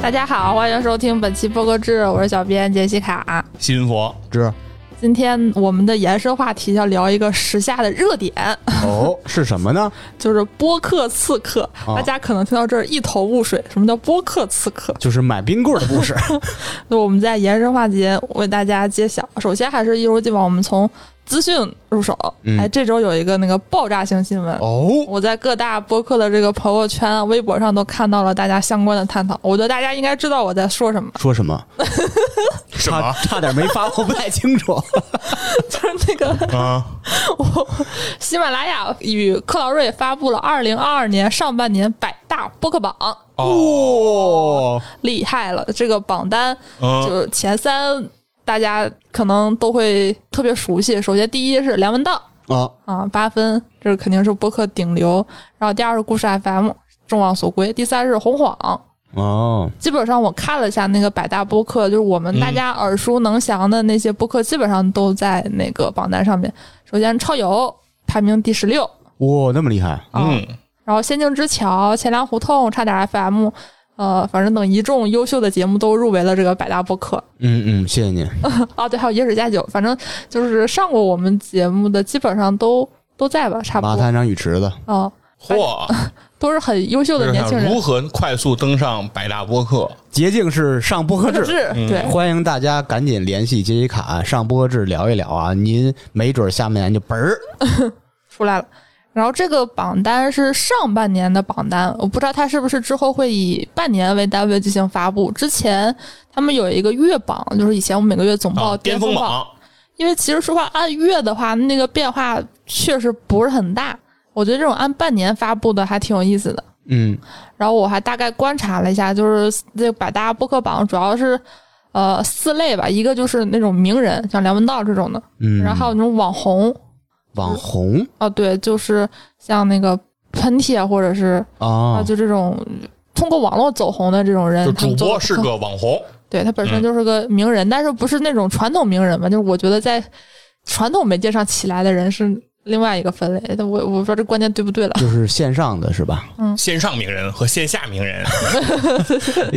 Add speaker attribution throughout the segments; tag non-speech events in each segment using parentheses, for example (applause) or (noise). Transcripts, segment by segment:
Speaker 1: 大家好，欢迎收听本期播客志，我是小编杰西卡。
Speaker 2: 新佛
Speaker 3: 知
Speaker 1: 今天我们的延伸话题要聊一个时下的热点， (laughs)
Speaker 3: 哦，是什么呢？
Speaker 1: 就是播客刺客。
Speaker 3: 哦
Speaker 1: 大家可能听到这儿一头雾水，什么叫播客刺客？
Speaker 3: 就是买冰棍儿的故
Speaker 2: (laughs)
Speaker 3: 事。
Speaker 1: 那我们在延伸话题为大家揭晓。首先还是一如既往，我们从资讯入手。
Speaker 3: 嗯
Speaker 1: 哎，这周有一个那个爆炸性新闻。
Speaker 3: 哦，
Speaker 1: 我在各大播客的这个朋友圈、啊、微博上都看到了大家相关的探讨，我觉得大家应该知道我在说什么， (laughs)
Speaker 3: 说什么？
Speaker 2: 什
Speaker 3: 差
Speaker 2: 么
Speaker 3: 差点没发，我不太清楚。
Speaker 1: 就是那个
Speaker 2: 啊？
Speaker 1: 我喜马拉雅与克劳瑞发布了二零二二年上半年百大播客榜，
Speaker 3: 哦，
Speaker 1: 厉害了！这个榜单
Speaker 2: 嗯，
Speaker 1: 就是前三，大家可能都会特别熟悉。首先，第一是梁文道
Speaker 3: 啊，
Speaker 1: 啊，八分，这肯定是播客顶流。然后第二是故事 FM，众望所归。第三是红晃。
Speaker 3: 哦，
Speaker 1: 基本上我看了一下那个百大播客，就是我们大家耳熟能详的那些播客，基本上都在那个榜单上面。首先，超游排名第十六。
Speaker 3: 哇，那么厉害！
Speaker 1: 啊
Speaker 2: 嗯，
Speaker 1: 然后《仙境之桥》《钱粮胡同》差点 FM，呃，反正等一众优秀的节目都入围了这个百大播客。 (laughs)
Speaker 3: 嗯嗯，谢谢你。
Speaker 1: 哦，对，还有《野史佳酒》，反正就是上过我们节目的，基本上都都在吧，差不
Speaker 3: 马
Speaker 1: 多。
Speaker 3: 探长与池子，
Speaker 1: 哦，
Speaker 2: 嚯，
Speaker 1: 都是很优秀的
Speaker 2: 这
Speaker 1: 年轻
Speaker 2: 是
Speaker 1: 人
Speaker 2: 如。何快速登上百大播客？
Speaker 3: 捷径是上播客制。
Speaker 1: 是，对，
Speaker 2: 嗯
Speaker 3: 欢迎大家赶紧联系杰西卡上播客制聊一聊啊！您没准下半年就嘣儿
Speaker 1: 出来了。然后这个榜单是上半年的榜单，我不知道它是不是之后会以半年为单位进行发布。之前他们有一个月榜，就是以前我们每个月总报
Speaker 2: 啊，巅
Speaker 1: 峰
Speaker 2: 峰榜，
Speaker 1: 因为其实说话按月的话，那个变化确实不是很大。我觉得这种按半年发布的还挺有意思的。
Speaker 3: 嗯，
Speaker 1: 然后我还大概观察了一下，就是这百大播客榜主要是呃四类吧，一个就是那种名人，像梁文道这种的，
Speaker 3: 嗯
Speaker 1: 然后还有那种网红，
Speaker 3: 网红
Speaker 1: 啊，对，就是像那个喷嚏啊或者是啊
Speaker 3: 啊，
Speaker 1: 就这种通过网络走红的这种人，
Speaker 2: 就
Speaker 1: 他
Speaker 2: 主
Speaker 1: 嗯们做
Speaker 2: 播
Speaker 1: 得
Speaker 2: 是
Speaker 1: 很
Speaker 2: 个网红，
Speaker 1: 对他本身
Speaker 2: 嗯
Speaker 1: 就是个名人，但是不是那种传统名人吧？就是我觉得在传统媒介上起来的人是另外一个分类。但我我不知道这观念对不对了。
Speaker 3: 就是线上的是吧？
Speaker 1: 嗯
Speaker 2: 线上名人和线下名人，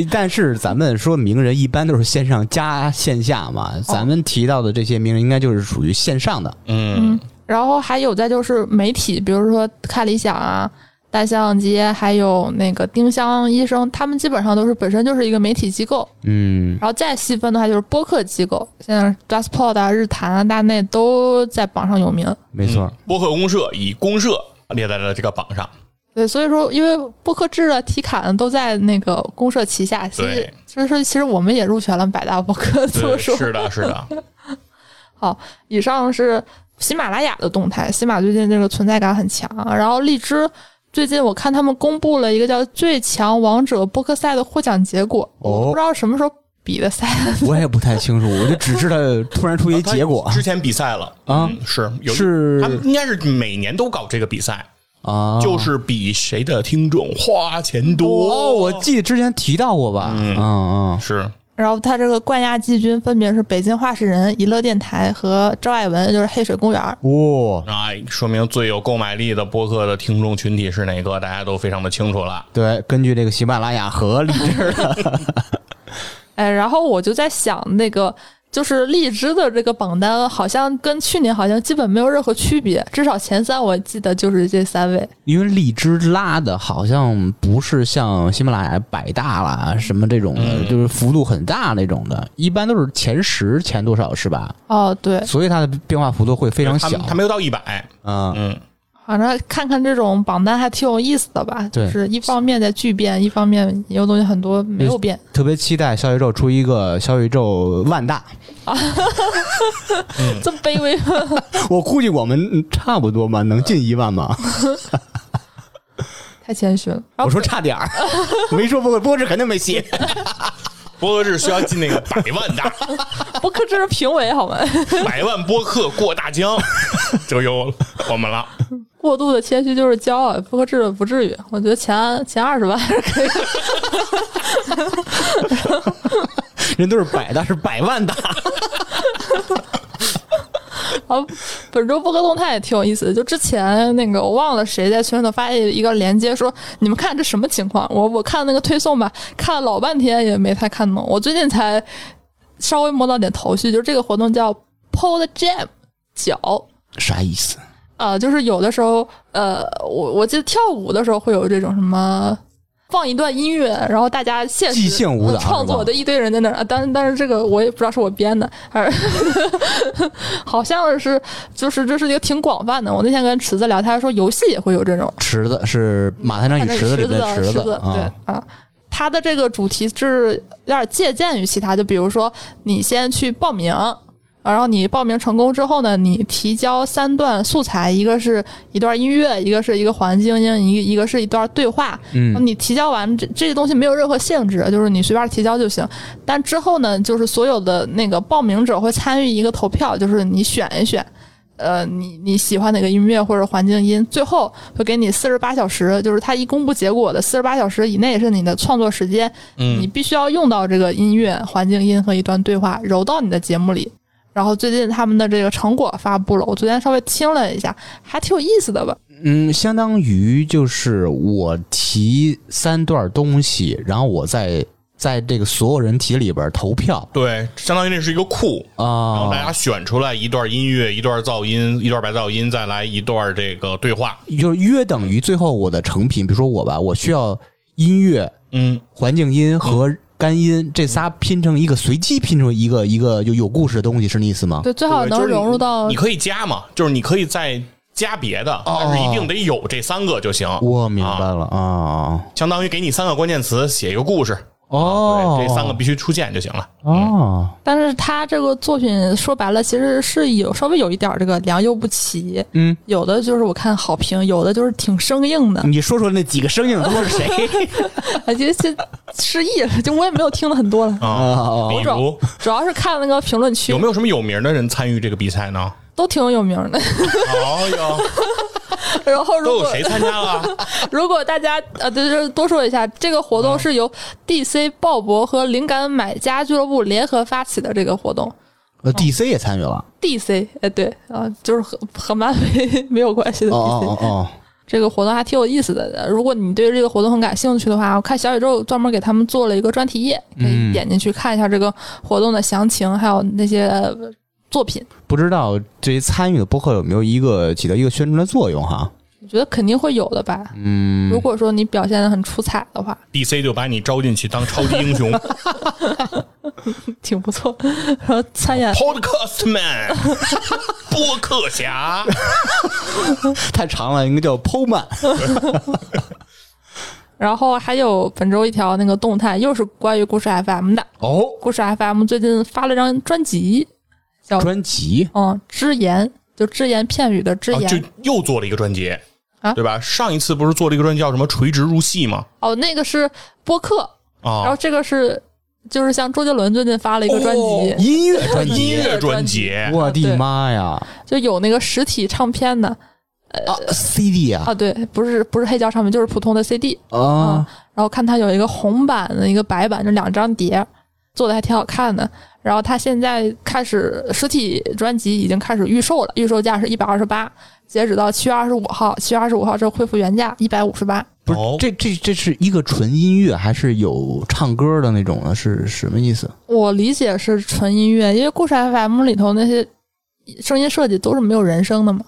Speaker 3: 但是咱们说名人一般都是线上加线下嘛，咱们提到的这些名人应该就是属于线上的。
Speaker 2: 嗯，
Speaker 1: 然后还有再就是媒体，比如说看理想啊、大象街，还有那个丁香医生，他们基本上都是本身就是一个媒体机构。
Speaker 3: 嗯，
Speaker 1: 然后再细分的话，就是播客机构，现在 JustPod 啊、日坛啊、大内都在榜上有名。
Speaker 3: 没错。
Speaker 2: 嗯播客公社以公社列在了这个榜上，
Speaker 1: 对，所以说，因为播客制啊、体感都在那个公社旗下，其实
Speaker 2: 对
Speaker 1: 所以说，其实我们也入选了百大播客。这么
Speaker 2: 对，
Speaker 1: 说，
Speaker 2: 是的，是的，
Speaker 1: 好，以上是喜马拉雅的动态。喜马最近这个存在感很强，啊然后荔枝最近我看他们公布了一个叫“最强王者播客赛”的获奖结果，我
Speaker 3: 哦
Speaker 1: 不知道什么时候比的赛。
Speaker 3: (laughs) 我也不太清楚，我就只知道突然出 (laughs) 一结果
Speaker 2: 啊之前比赛了
Speaker 3: 啊
Speaker 2: 嗯是有
Speaker 3: 是
Speaker 2: 他们应该是每年都搞这个比赛，
Speaker 3: 啊，
Speaker 2: 就是比谁的听众花钱多。
Speaker 3: 哦，我记得之前提到过吧？嗯嗯
Speaker 2: 是
Speaker 1: 然后他这个冠亚季军分别是北京话事人、娱乐电台和赵爱文，就是黑水公园。
Speaker 3: 哇，
Speaker 2: 啊，说明最有购买力的播客的听众群体是哪个，大家都非常的清楚了。
Speaker 3: 对，根据这个喜马拉雅和荔枝的，
Speaker 2: (laughs)
Speaker 1: 哎，然后我就在想，那个就是荔枝的这个榜单，好像跟去年好像基本没有任何区别，至少前三我记得就是这三位。
Speaker 3: 因为荔枝拉的好像不是像喜马拉雅、百大啦什么这种
Speaker 2: 嗯
Speaker 3: 的，就是幅度很大那种的，一般都是前十、前多少是吧？
Speaker 1: 哦，对，
Speaker 3: 所以它的变化幅度会非常
Speaker 2: 他
Speaker 3: 小
Speaker 2: 们他。没有到一百，
Speaker 3: 嗯， (laughs)
Speaker 2: 嗯，
Speaker 1: 反正看看这种榜单还挺有意思的吧，就
Speaker 3: 对
Speaker 1: 是一方面在巨变，一方面也有东西很多没有变。
Speaker 3: 特别期待小宇宙出一个小宇宙万大， (laughs)
Speaker 1: 这么卑微吗？
Speaker 3: 我估计我们差不多吧，能进一万吧。
Speaker 1: (laughs) 太谦虚了。然
Speaker 3: 我
Speaker 1: 后
Speaker 3: 说差点儿， (laughs) 没说不会，波是肯定没戏。
Speaker 2: 播客制需要进那个百万大
Speaker 3: (laughs)
Speaker 1: 播客这是评委好吗？ (laughs)
Speaker 2: 百万播客过大江， (laughs) 就有我们了。
Speaker 1: 过度的谦虚就是骄傲，播客制不至于。我觉得前前二十万还是可以的。
Speaker 3: 人都是百大，是百万大。
Speaker 1: 后本周播客动态也挺有意思的，就之前那个我忘了谁在群里头发一个链接说，你们看这什么情况？我我看那个推送吧，看了老半天也没太看懂，我最近才稍微摸到点头绪，就是这个活动叫 Pod Jam 脚。
Speaker 3: 啥意思？
Speaker 1: 呃，就是有的时候，呃，我我记得跳舞的时候会有这种什么。放一段音乐，然后大家现实
Speaker 3: 即兴舞蹈
Speaker 1: 创
Speaker 3: 是吧
Speaker 1: 作的一堆人在那儿，啊但但是这个我也不知道是我编的，还是 (laughs) 好像是就是这是一个挺广泛的。我那天跟池子聊，他说游戏也会有这种，
Speaker 3: 池子是马探长与
Speaker 1: 看这
Speaker 3: 池子里面
Speaker 1: 的
Speaker 3: 池
Speaker 1: 池
Speaker 3: 子
Speaker 1: 对
Speaker 3: 啊，
Speaker 1: 啊。它的这个主题是有点借鉴于其他，就比如说你先去报名，然后你报名成功之后呢，你提交三段素材，一个是一段音乐，一个是一个环境音，一个一个是一段对话。
Speaker 3: 嗯，
Speaker 1: 你提交完这这些东西没有任何限制，就是你随便提交就行。但之后呢，就是所有的那个报名者会参与一个投票，就是你选一选，呃，你你喜欢哪个音乐或者环境音，最后会给你四十八小时，就是他一公布结果的四十八小时以内是你的创作时间，你
Speaker 2: 嗯，
Speaker 1: 必须要用到这个音乐、环境音和一段对话，揉到你的节目里。然后最近他们的这个成果发布了，我昨天稍微听了一下，还挺有意思的吧。
Speaker 3: 嗯，相当于就是我提三段东西，然后我在在这个所有人提里边投票
Speaker 2: 对，相当于那是一个库，然后大
Speaker 3: 啊，
Speaker 2: 家选出来一段音乐、一段噪音、一段白噪音，再来一段这个对话。
Speaker 3: 就是约等于最后我的成品，比如说我吧，我需要音乐、
Speaker 2: 嗯，
Speaker 3: 环境音和干音这仨拼成一个，随机拼成一个一个就有故事的东西，是那意思吗？
Speaker 1: 对，最好
Speaker 2: 对
Speaker 1: 能
Speaker 2: 就是你
Speaker 1: 融入
Speaker 3: 哦
Speaker 1: 到
Speaker 2: 你可以加嘛，就是你可以再加别的，但是一定得有这三个就行。
Speaker 3: 我明白
Speaker 2: 啊，
Speaker 3: 了啊，
Speaker 2: 相当于给你三个关键词，写一个故事。
Speaker 3: 哦，
Speaker 2: 对，这三个必须出现就行了。
Speaker 3: 哦，
Speaker 1: 但是他这个作品说白了，其实是有稍微有一点儿这个良莠不齐，
Speaker 3: 嗯，
Speaker 1: 有的就是我看好评，有的就是挺生硬的，
Speaker 3: 你说说那几个生硬都是谁
Speaker 1: 啊，这这失忆了，就我也没有听的很
Speaker 2: (laughs)
Speaker 1: 多了，
Speaker 2: 啊，
Speaker 3: 啊？
Speaker 2: 比如
Speaker 1: 主要是看那个评论区
Speaker 2: 有没有什么有名的人参与这个比赛呢？
Speaker 1: 都挺有名
Speaker 2: (laughs)
Speaker 1: 的。哎
Speaker 2: 哦哟，
Speaker 1: 然后如
Speaker 2: 都有
Speaker 1: 果
Speaker 2: 谁啊参加了？ (laughs)
Speaker 1: 如果大家呃，对，就是多说一下，这个活
Speaker 2: 嗯
Speaker 1: 动是由 DC 鲍勃和灵感买家俱乐部联合发起的这个活动。
Speaker 3: 呃，DC 也参与了。
Speaker 1: DC，哎，对啊，就是和和漫威 (laughs) 没有关系的 DC。
Speaker 3: 哦哦哦，
Speaker 1: 这个活动还挺有意思的。呃如果你对这个活动很感兴趣的话，我看小宇宙专门给他们做了一个专题页，可以
Speaker 2: 嗯
Speaker 1: 点进去看一下这个活动的详情，还有那些呃作品。
Speaker 3: (laughs) 不知道这些参与的播客有没有一个起到一个宣传的作用哈？
Speaker 1: 我觉得肯定会有的吧。
Speaker 3: 嗯，
Speaker 1: 如果说你表现的很出彩的话， (laughs)
Speaker 2: DC 就把你招进去当超级英雄
Speaker 1: 挺不错。 (laughs) 然后参演
Speaker 2: ，Podcast
Speaker 1: (laughs)
Speaker 2: Man，播客侠，
Speaker 3: 太长了，应该叫 PO 漫。
Speaker 1: 然后还有本周一条那个动态，又是关于故事 FM 的。
Speaker 3: 哦，
Speaker 1: 故事 FM 最近发了张专辑，叫
Speaker 3: 专辑
Speaker 1: 嗯“只言”，就只言片语的只
Speaker 2: 啊
Speaker 1: 言。
Speaker 2: 就又做了一个专辑，
Speaker 1: 啊
Speaker 2: 对吧？上一次不是做了一个专辑叫什么“垂直入戏”吗？
Speaker 1: 哦，那个是播客，然后
Speaker 2: 啊，
Speaker 1: 这个是就是像周杰伦最近发了一个专辑，
Speaker 3: 音乐专辑，
Speaker 2: 音乐专辑，
Speaker 3: 我的妈呀！
Speaker 1: 就有那个实体唱片的
Speaker 3: 啊，CD 啊
Speaker 1: 啊，对，不是不是黑胶唱片，就是普通的 CD
Speaker 3: 啊，
Speaker 1: 嗯然后看他有一个红版的，一个白版，就两张碟，做的还挺好看的。然后他现在开始实体专辑已经开始预售了，预售价是一百二十八，截止到七月二十五号，七月二十五号之后恢复原价一百五十八。
Speaker 3: 不是
Speaker 2: 哦
Speaker 3: 这这这是一个纯音乐还是有唱歌的那种呢？是什么意思？
Speaker 1: 我理解是纯音乐，因为故事 FM 里头那些声音设计都是没有人声的嘛，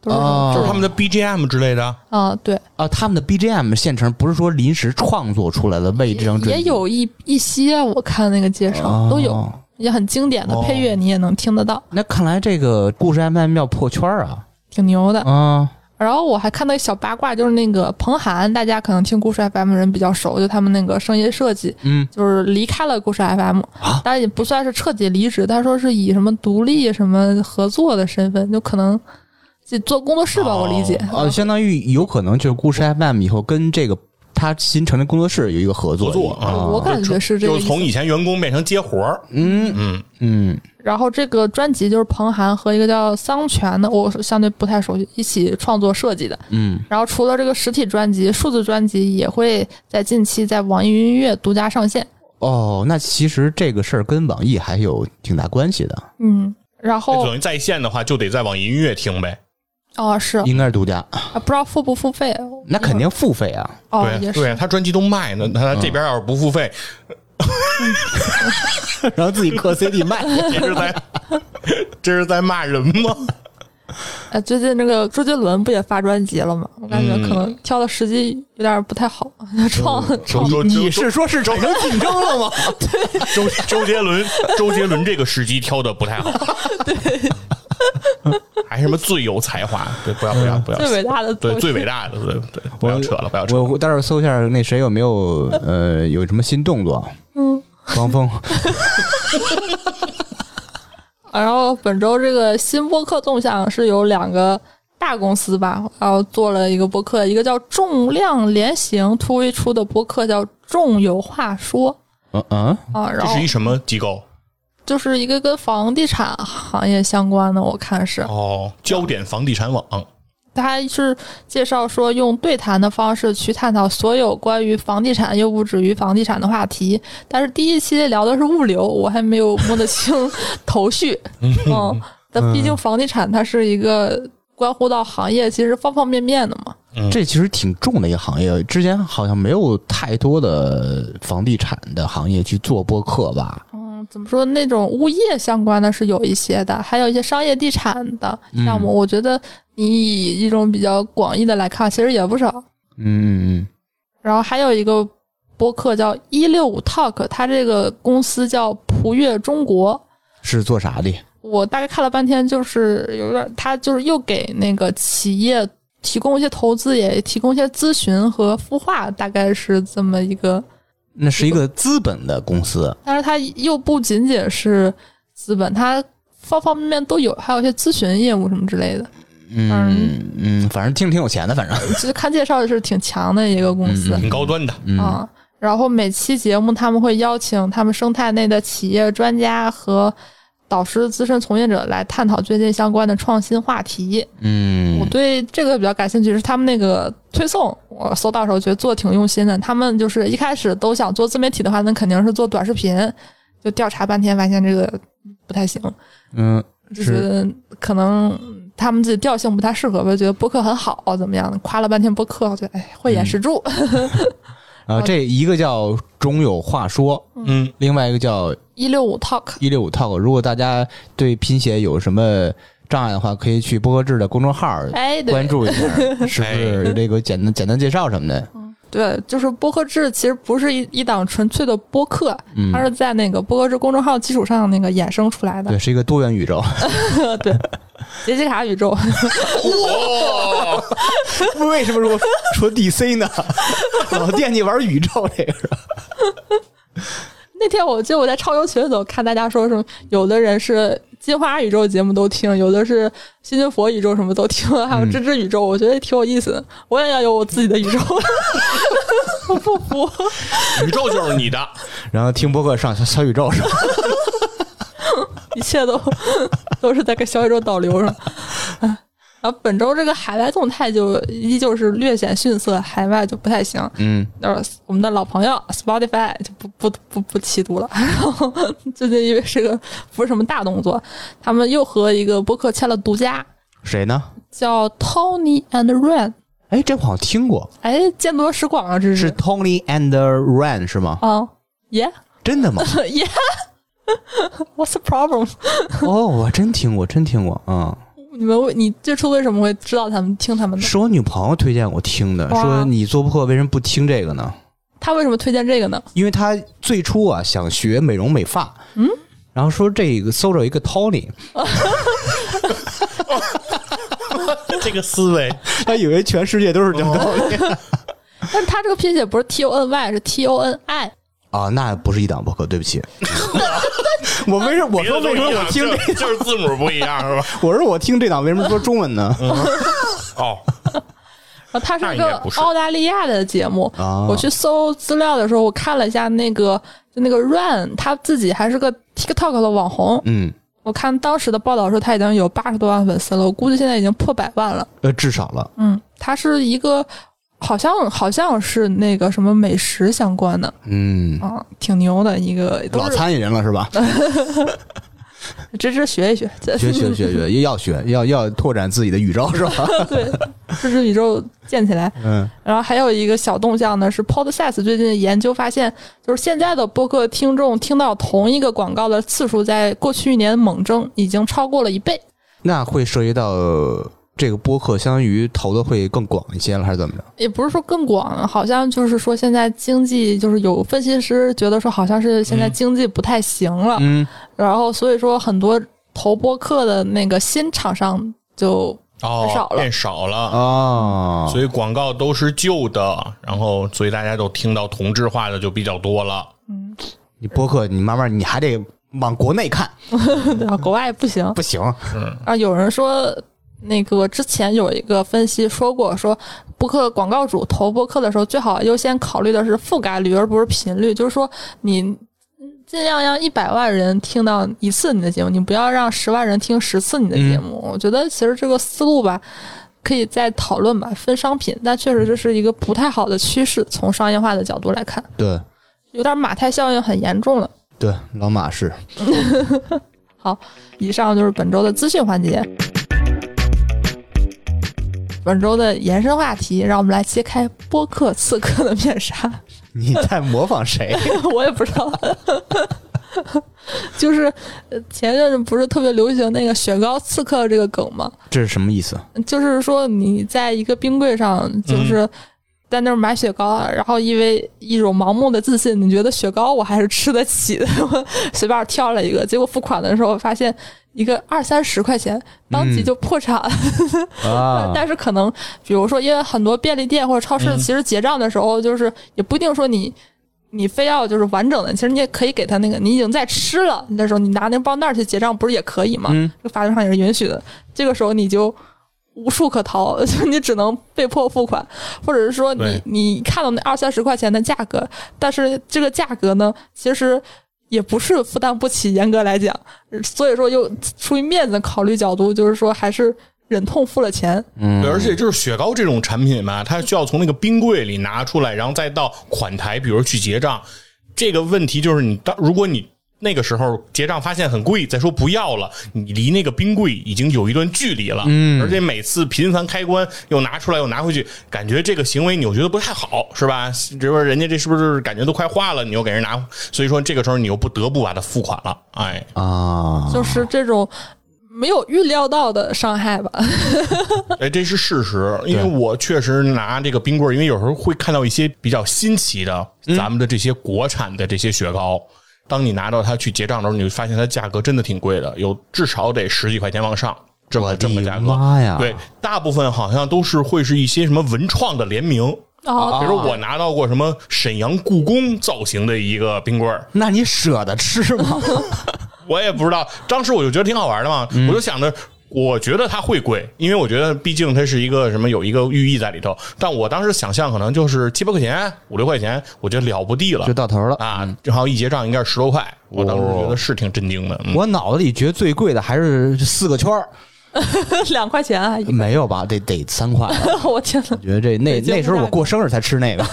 Speaker 1: 都是什么
Speaker 3: 哦
Speaker 2: 就是他们的 BGM 之类的。
Speaker 1: 啊，对，
Speaker 3: 啊，他们的 BGM 现成不是说临时创作出来的，为这张专
Speaker 1: 也
Speaker 3: 辑
Speaker 1: 有一一些，我看那个介绍都有，
Speaker 3: 哦
Speaker 1: 也很经典的
Speaker 2: 哦
Speaker 1: 配乐，你也能听得到，
Speaker 3: 那看来这个故事 FM 要破圈儿啊！
Speaker 1: 挺牛的。
Speaker 3: 啊，
Speaker 1: 然后我还看到一小八卦，就是那个彭涵，大家可能听故事 FM 的人比较熟，就他们那个声音设计，
Speaker 3: 嗯，
Speaker 1: 就是离开了故事 FM，
Speaker 3: 啊
Speaker 1: 但也不算是彻底离职，他说是以什么独立什么合作的身份，就可能自己做工作室吧，
Speaker 2: 哦
Speaker 1: 我理解。嗯
Speaker 3: 呃，相当于有可能就是故事 FM 以后跟这个他新成立工作室有一个合作，
Speaker 2: 合作
Speaker 3: 啊，
Speaker 2: 啊
Speaker 1: 哦我感觉是这个
Speaker 2: 就
Speaker 1: 意
Speaker 2: 是
Speaker 1: 思。
Speaker 2: 从以前员工变成接活儿，
Speaker 3: 嗯
Speaker 2: 嗯，
Speaker 3: 嗯，
Speaker 1: 然后这个专辑就是彭涵和一个叫桑泉的，我相对不太熟悉，一起创作设计的。
Speaker 3: 嗯，
Speaker 1: 然后除了这个实体专辑，数字专辑也会在近期在网易云音乐独家上线。
Speaker 3: 哦，那其实这个事儿跟网易还有挺大关系的，
Speaker 1: 嗯，然
Speaker 2: 那就
Speaker 1: 后
Speaker 2: 等于在线的话，就得在网易音乐听呗。
Speaker 1: 哦是，
Speaker 3: 应该是独家，
Speaker 1: 啊不知道付不付费？
Speaker 3: 那肯定付费啊。 (laughs)
Speaker 1: 哦
Speaker 2: 对
Speaker 1: 也
Speaker 2: 对，
Speaker 1: 是，
Speaker 2: 他专辑都卖呢，
Speaker 3: 嗯
Speaker 2: 那他这边要是不付费，
Speaker 3: 然后自己刻 CD 卖。
Speaker 2: 这是在这是在骂人吗？
Speaker 1: 哎最近那个周杰伦不也发专辑了吗？我感
Speaker 2: 嗯
Speaker 1: 觉可能挑的时机有点不太好， (laughs) 创
Speaker 2: (laughs) 周周
Speaker 3: (laughs)
Speaker 2: 周
Speaker 3: 你 (laughs) 是说市场生竞争了 (laughs) 吗？
Speaker 2: 周周杰伦，周杰伦这个时机挑的不太
Speaker 3: (laughs)
Speaker 2: 好。对，还什么最有才华？对，不要不要不要，
Speaker 1: 最
Speaker 3: 嗯
Speaker 1: 伟大的
Speaker 2: 对
Speaker 1: 作
Speaker 2: 最
Speaker 1: 曲
Speaker 2: 伟大的，对对，不要扯了，不要扯了。
Speaker 3: 我我待会儿搜一下那谁有没有呃有什么新动作？
Speaker 1: 嗯，
Speaker 3: 汪 (laughs) 峰，
Speaker 1: 然后本周这个新播客动向是有两个大公司吧，然后做了一个播客，一个叫重量联行突围出的播客叫《重有话说
Speaker 3: 嗯嗯，》
Speaker 1: 啊，然
Speaker 2: 这
Speaker 1: 后
Speaker 2: 是一什么机构？
Speaker 1: 就是一个跟房地产行业相关的，我看是
Speaker 2: 哦，焦点房地产网。
Speaker 1: 它是介绍说用对谈的方式去探讨所有关于房地产又不止于房地产的话题，但是第一期聊的是物流，我还没有摸得清 (laughs) 头绪，嗯，但毕竟房地产它是一个关乎到行业其实方方面面的嘛，
Speaker 3: 这其实挺重的一个行业，之前好像没有太多的房地产的行业去做播客吧？
Speaker 1: 嗯，怎么说那种物业相关的是有一些的，还有一些商业地产的项目，我觉得你以一种比较广义的来看，其实也不少，
Speaker 3: 嗯嗯
Speaker 1: 然后还有一个播客叫一六五 Talk，它这个公司叫璞悦中国。
Speaker 3: 嗯，是做啥的？
Speaker 1: 我大概看了半天，就是有点，它就是又给那个企业提供一些投资，也提供一些咨询和孵化，大概是这么一个。
Speaker 3: 那是一个资本的公司，
Speaker 1: 但是它又不仅仅是资本，它方方面面都有，还有一些咨询业务什么之类的。
Speaker 3: 嗯嗯，反正听着挺有钱的，反正
Speaker 1: 其实看介绍是挺强的一个公司。
Speaker 2: 挺高端的，
Speaker 3: 嗯
Speaker 1: 啊。然后每期节目他们会邀请他们生态内的企业专家和导师、资深从业者来探讨最近相关的创新话题。我
Speaker 3: 嗯
Speaker 1: 对这个比较感兴趣，是他们那个推送，我搜到的时候觉得做得挺用心的。他们就是一开始都想做自媒体的话，那肯定是做短视频，就调查半天发现这个不太行，
Speaker 3: 嗯
Speaker 1: 就是是可能。他们自己调性不太适合吧，觉得播客很好，怎么样的？夸了半天播客，我觉得哎，慧眼识珠。 (laughs)
Speaker 3: 啊，这一个叫中有话说，
Speaker 2: 嗯，
Speaker 3: 另外一个叫
Speaker 1: 一六五 talk，
Speaker 3: 一六五 talk。如果大家对拼写有什么障碍的话，可以去播客制的公众号
Speaker 1: 哎，对
Speaker 3: 关注一下，是不是有这个简单简单介绍什么的？
Speaker 1: 对，就是播客制其实不是一一档纯粹的播客，啊
Speaker 3: 嗯
Speaker 1: 它是在那个播客制公众号基础上那个衍生出来的
Speaker 3: 对，是一个多元宇宙。
Speaker 1: 杰西卡宇宙。 (laughs)
Speaker 2: 哇，
Speaker 3: 为什么说说 DC 呢？ (laughs) 老惦记玩宇宙这个
Speaker 1: 那天我记得我在超游群里头看大家说什么，有的人是金花宇宙节目都听，有的是新金佛宇宙什么都听，还有芝芝宇宙，我觉得挺有意思的。我也要有我自己的宇宙，我不服。
Speaker 2: 宇宙就是你的， (laughs)
Speaker 3: 然后听播客上小小宇宙是吧？
Speaker 1: (laughs) 一切都 (laughs) 都是在跟小宇宙导流上。 (laughs) 哎然后本周这个海外动态就依旧是略显逊色，海外就不太行。
Speaker 3: 嗯，
Speaker 1: 呃，我们的老朋友 Spotify 就不不不不吸毒了。然后 (laughs) 最近因为是个不是什么大动作，他们又和一个播客签了独家，
Speaker 3: 谁呢？
Speaker 1: 叫 Tony and Ren。
Speaker 3: 哎，这我好像听过，
Speaker 1: 哎，见多识广啊，这
Speaker 3: 是 Tony and Ren 是吗？
Speaker 1: 啊，Yeah (laughs)
Speaker 3: 真的吗？
Speaker 1: Yeah，What's the problem？
Speaker 3: (laughs) 哦，我真听过，真听过，嗯。
Speaker 1: 你们为你最初为什么会知道他们听他们的？
Speaker 3: 是我女朋友推荐我听的，
Speaker 1: 哇
Speaker 3: 说你做播客为什么不听这个呢？
Speaker 1: 他为什么推荐这个呢？
Speaker 3: 因为她最初啊想学美容美发，嗯，然后说这个搜着一个 Tony，
Speaker 2: 这个思维
Speaker 3: 她以为全世界都是这 Tony
Speaker 1: 但他这个拼写不是 T O N Y，是 T O N I。
Speaker 3: 啊，那不是一档播客，对不起，我为什么我
Speaker 2: 别
Speaker 3: 说
Speaker 2: 的都
Speaker 3: 为
Speaker 2: 一
Speaker 3: 什么我
Speaker 2: 样
Speaker 3: 听这，
Speaker 2: 啊就就是字母不一样是吧？
Speaker 3: 我说我听这档为什么说中文呢？ (laughs)
Speaker 2: 哦，
Speaker 1: 然后它是一
Speaker 2: 那应
Speaker 1: 个
Speaker 2: 该不是哦
Speaker 1: 澳大利亚的节目。
Speaker 3: 啊
Speaker 1: 我去搜资料的时候，我看了一下那个就那个 Run，他自己还是个 TikTok 的网红。
Speaker 3: 嗯，
Speaker 1: 我看当时的报道说他已经有八十多万粉丝了，我估计现在已经破百万了。
Speaker 3: 呃，至少了，
Speaker 1: 嗯，他是一个好像好像是那个什么美食相关的
Speaker 3: 嗯，
Speaker 1: 啊，挺牛的一个。都
Speaker 3: 老
Speaker 1: 是
Speaker 3: 参与人了是吧？
Speaker 1: 芝芝学一学， (laughs) 这
Speaker 3: (laughs) 学学学学，也要学，要要拓展自己的宇宙是吧？
Speaker 2: (laughs)
Speaker 1: 对，芝芝宇宙建起来。
Speaker 3: (laughs) 嗯，
Speaker 1: 然后还有一个小动向呢，是 Podcast 最近研究发现，就是现在的播客听众听到同一个广告的次数，在过去一年猛增，已经超过了一倍。
Speaker 3: 那会涉及到这个播客，相当于投的会更广一些了，还是怎么着？
Speaker 1: 也不是说更广，好像就是说现在经济就是有分析师觉得说好像是现在经济不太行了，
Speaker 3: 嗯，
Speaker 1: 然后所以说很多投播客的那个新厂商就
Speaker 2: 哦，
Speaker 1: 少了
Speaker 2: 变少了。
Speaker 3: 哦，
Speaker 2: 所以广告都是旧的，然后所以大家都听到同质化的就比较多了。
Speaker 3: 你播客你慢慢你还得往国内看，
Speaker 1: 啊国外不行
Speaker 3: 不行，
Speaker 1: 啊，有人说。那个之前有一个分析说过，说播客广告主投播客的时候，最好优先考虑的是覆盖率，而不是频率。就是说，你尽量让一百万人听到一次你的节目，你不要让十万人听十次你的节目。我觉得其实这个思路吧，可以再讨论吧，分商品。但确实这是一个不太好的趋势，从商业化的角度来看，
Speaker 3: 对
Speaker 1: 有点马太效应很严重了。
Speaker 3: 对，老马是。
Speaker 1: 以上就是本周的资讯环节。本周的延伸话题，让我们来揭开播客刺客的面纱。 (laughs)
Speaker 3: 你在模仿谁？
Speaker 1: 我也不知道， (laughs) 就是呃前阵子不是特别流行那个雪糕刺客这个梗吗？
Speaker 3: (laughs) 这是什么意思？
Speaker 1: 就是说你在一个冰柜上，就是在那儿买雪糕，啊然后因为一种盲目的自信，你觉得雪糕我还是吃得起的，我随便挑了一个，结果付款的时候发现一个二三十块钱，当即就破产了。
Speaker 3: 啊
Speaker 1: 但是可能比如说，因为很多便利店或者超市，其实结账的时候就是也不一定说你。你非要就是完整的，其实你也可以给他那个，你已经在吃了，那时候你拿那个包袋儿去结账，不是也可以吗？
Speaker 3: 嗯
Speaker 1: 这个法律上也是允许的。这个时候你就无处可逃， (laughs) 就你只能被迫付款，或者是说你
Speaker 2: 对
Speaker 1: 你看到那二三十块钱的价格，但是这个价格呢，其实也不是负担不起，严格来讲，所以说又出于面子考虑角度，就是说还是忍痛付了钱。
Speaker 3: 嗯
Speaker 2: 对，而且就是雪糕这种产品嘛，它需要从那个冰柜里拿出来，然后再到款台，比如去结账。这个问题就是你当如果你那个时候结账发现很贵，再说不要了，你离那个冰柜已经有一段距离了。嗯，而且每次频繁开关又拿出来又拿回去，感觉这个行为你又觉得不太好，是吧？这不是人家这是不是感觉都快化了，你又给人拿，所以说这个时候你又不得不把它付款了，哎。
Speaker 3: 啊，
Speaker 1: 就是这种没有预料到的伤害吧。
Speaker 2: 哎，这是事实，因为我确实拿这个冰棍儿，因为有时候会看到一些比较新奇的，
Speaker 3: 嗯
Speaker 2: 咱们的这些国产的这些雪糕。当你拿到它去结账的时候，你就发现它价格真的挺贵的，有至少得十几块钱往上，这么这么个价格。
Speaker 3: 妈呀！
Speaker 2: 对，，大部分好像都是会是一些什么文创的联名，
Speaker 1: (laughs)
Speaker 2: 比
Speaker 1: 哦，
Speaker 2: 如
Speaker 3: 啊
Speaker 2: 说我拿到过什么沈阳故宫造型的一个冰棍儿，
Speaker 3: 那你舍得吃吗？
Speaker 2: 我也不知道，当时我就觉得挺好玩的嘛，我就想着。我觉得它会贵，因为我觉得毕竟它是一个什么有一个寓意在里头。但我当时想象可能就是七八块钱、五六块钱，我觉得了不地
Speaker 3: (laughs)
Speaker 2: 了
Speaker 3: 就到头了。
Speaker 2: 啊！正好一结账应该是十多块，我当时觉得是挺震惊的。嗯
Speaker 3: 我脑子里觉得最贵的还是四个圈儿，
Speaker 1: (laughs) 两块钱啊！一
Speaker 3: 没有吧？得得三块吧。
Speaker 1: 个我天呐，
Speaker 3: 我觉得这那
Speaker 1: 北京
Speaker 3: 那时候
Speaker 1: 不
Speaker 3: 我
Speaker 1: 大
Speaker 3: 过生日才吃那个，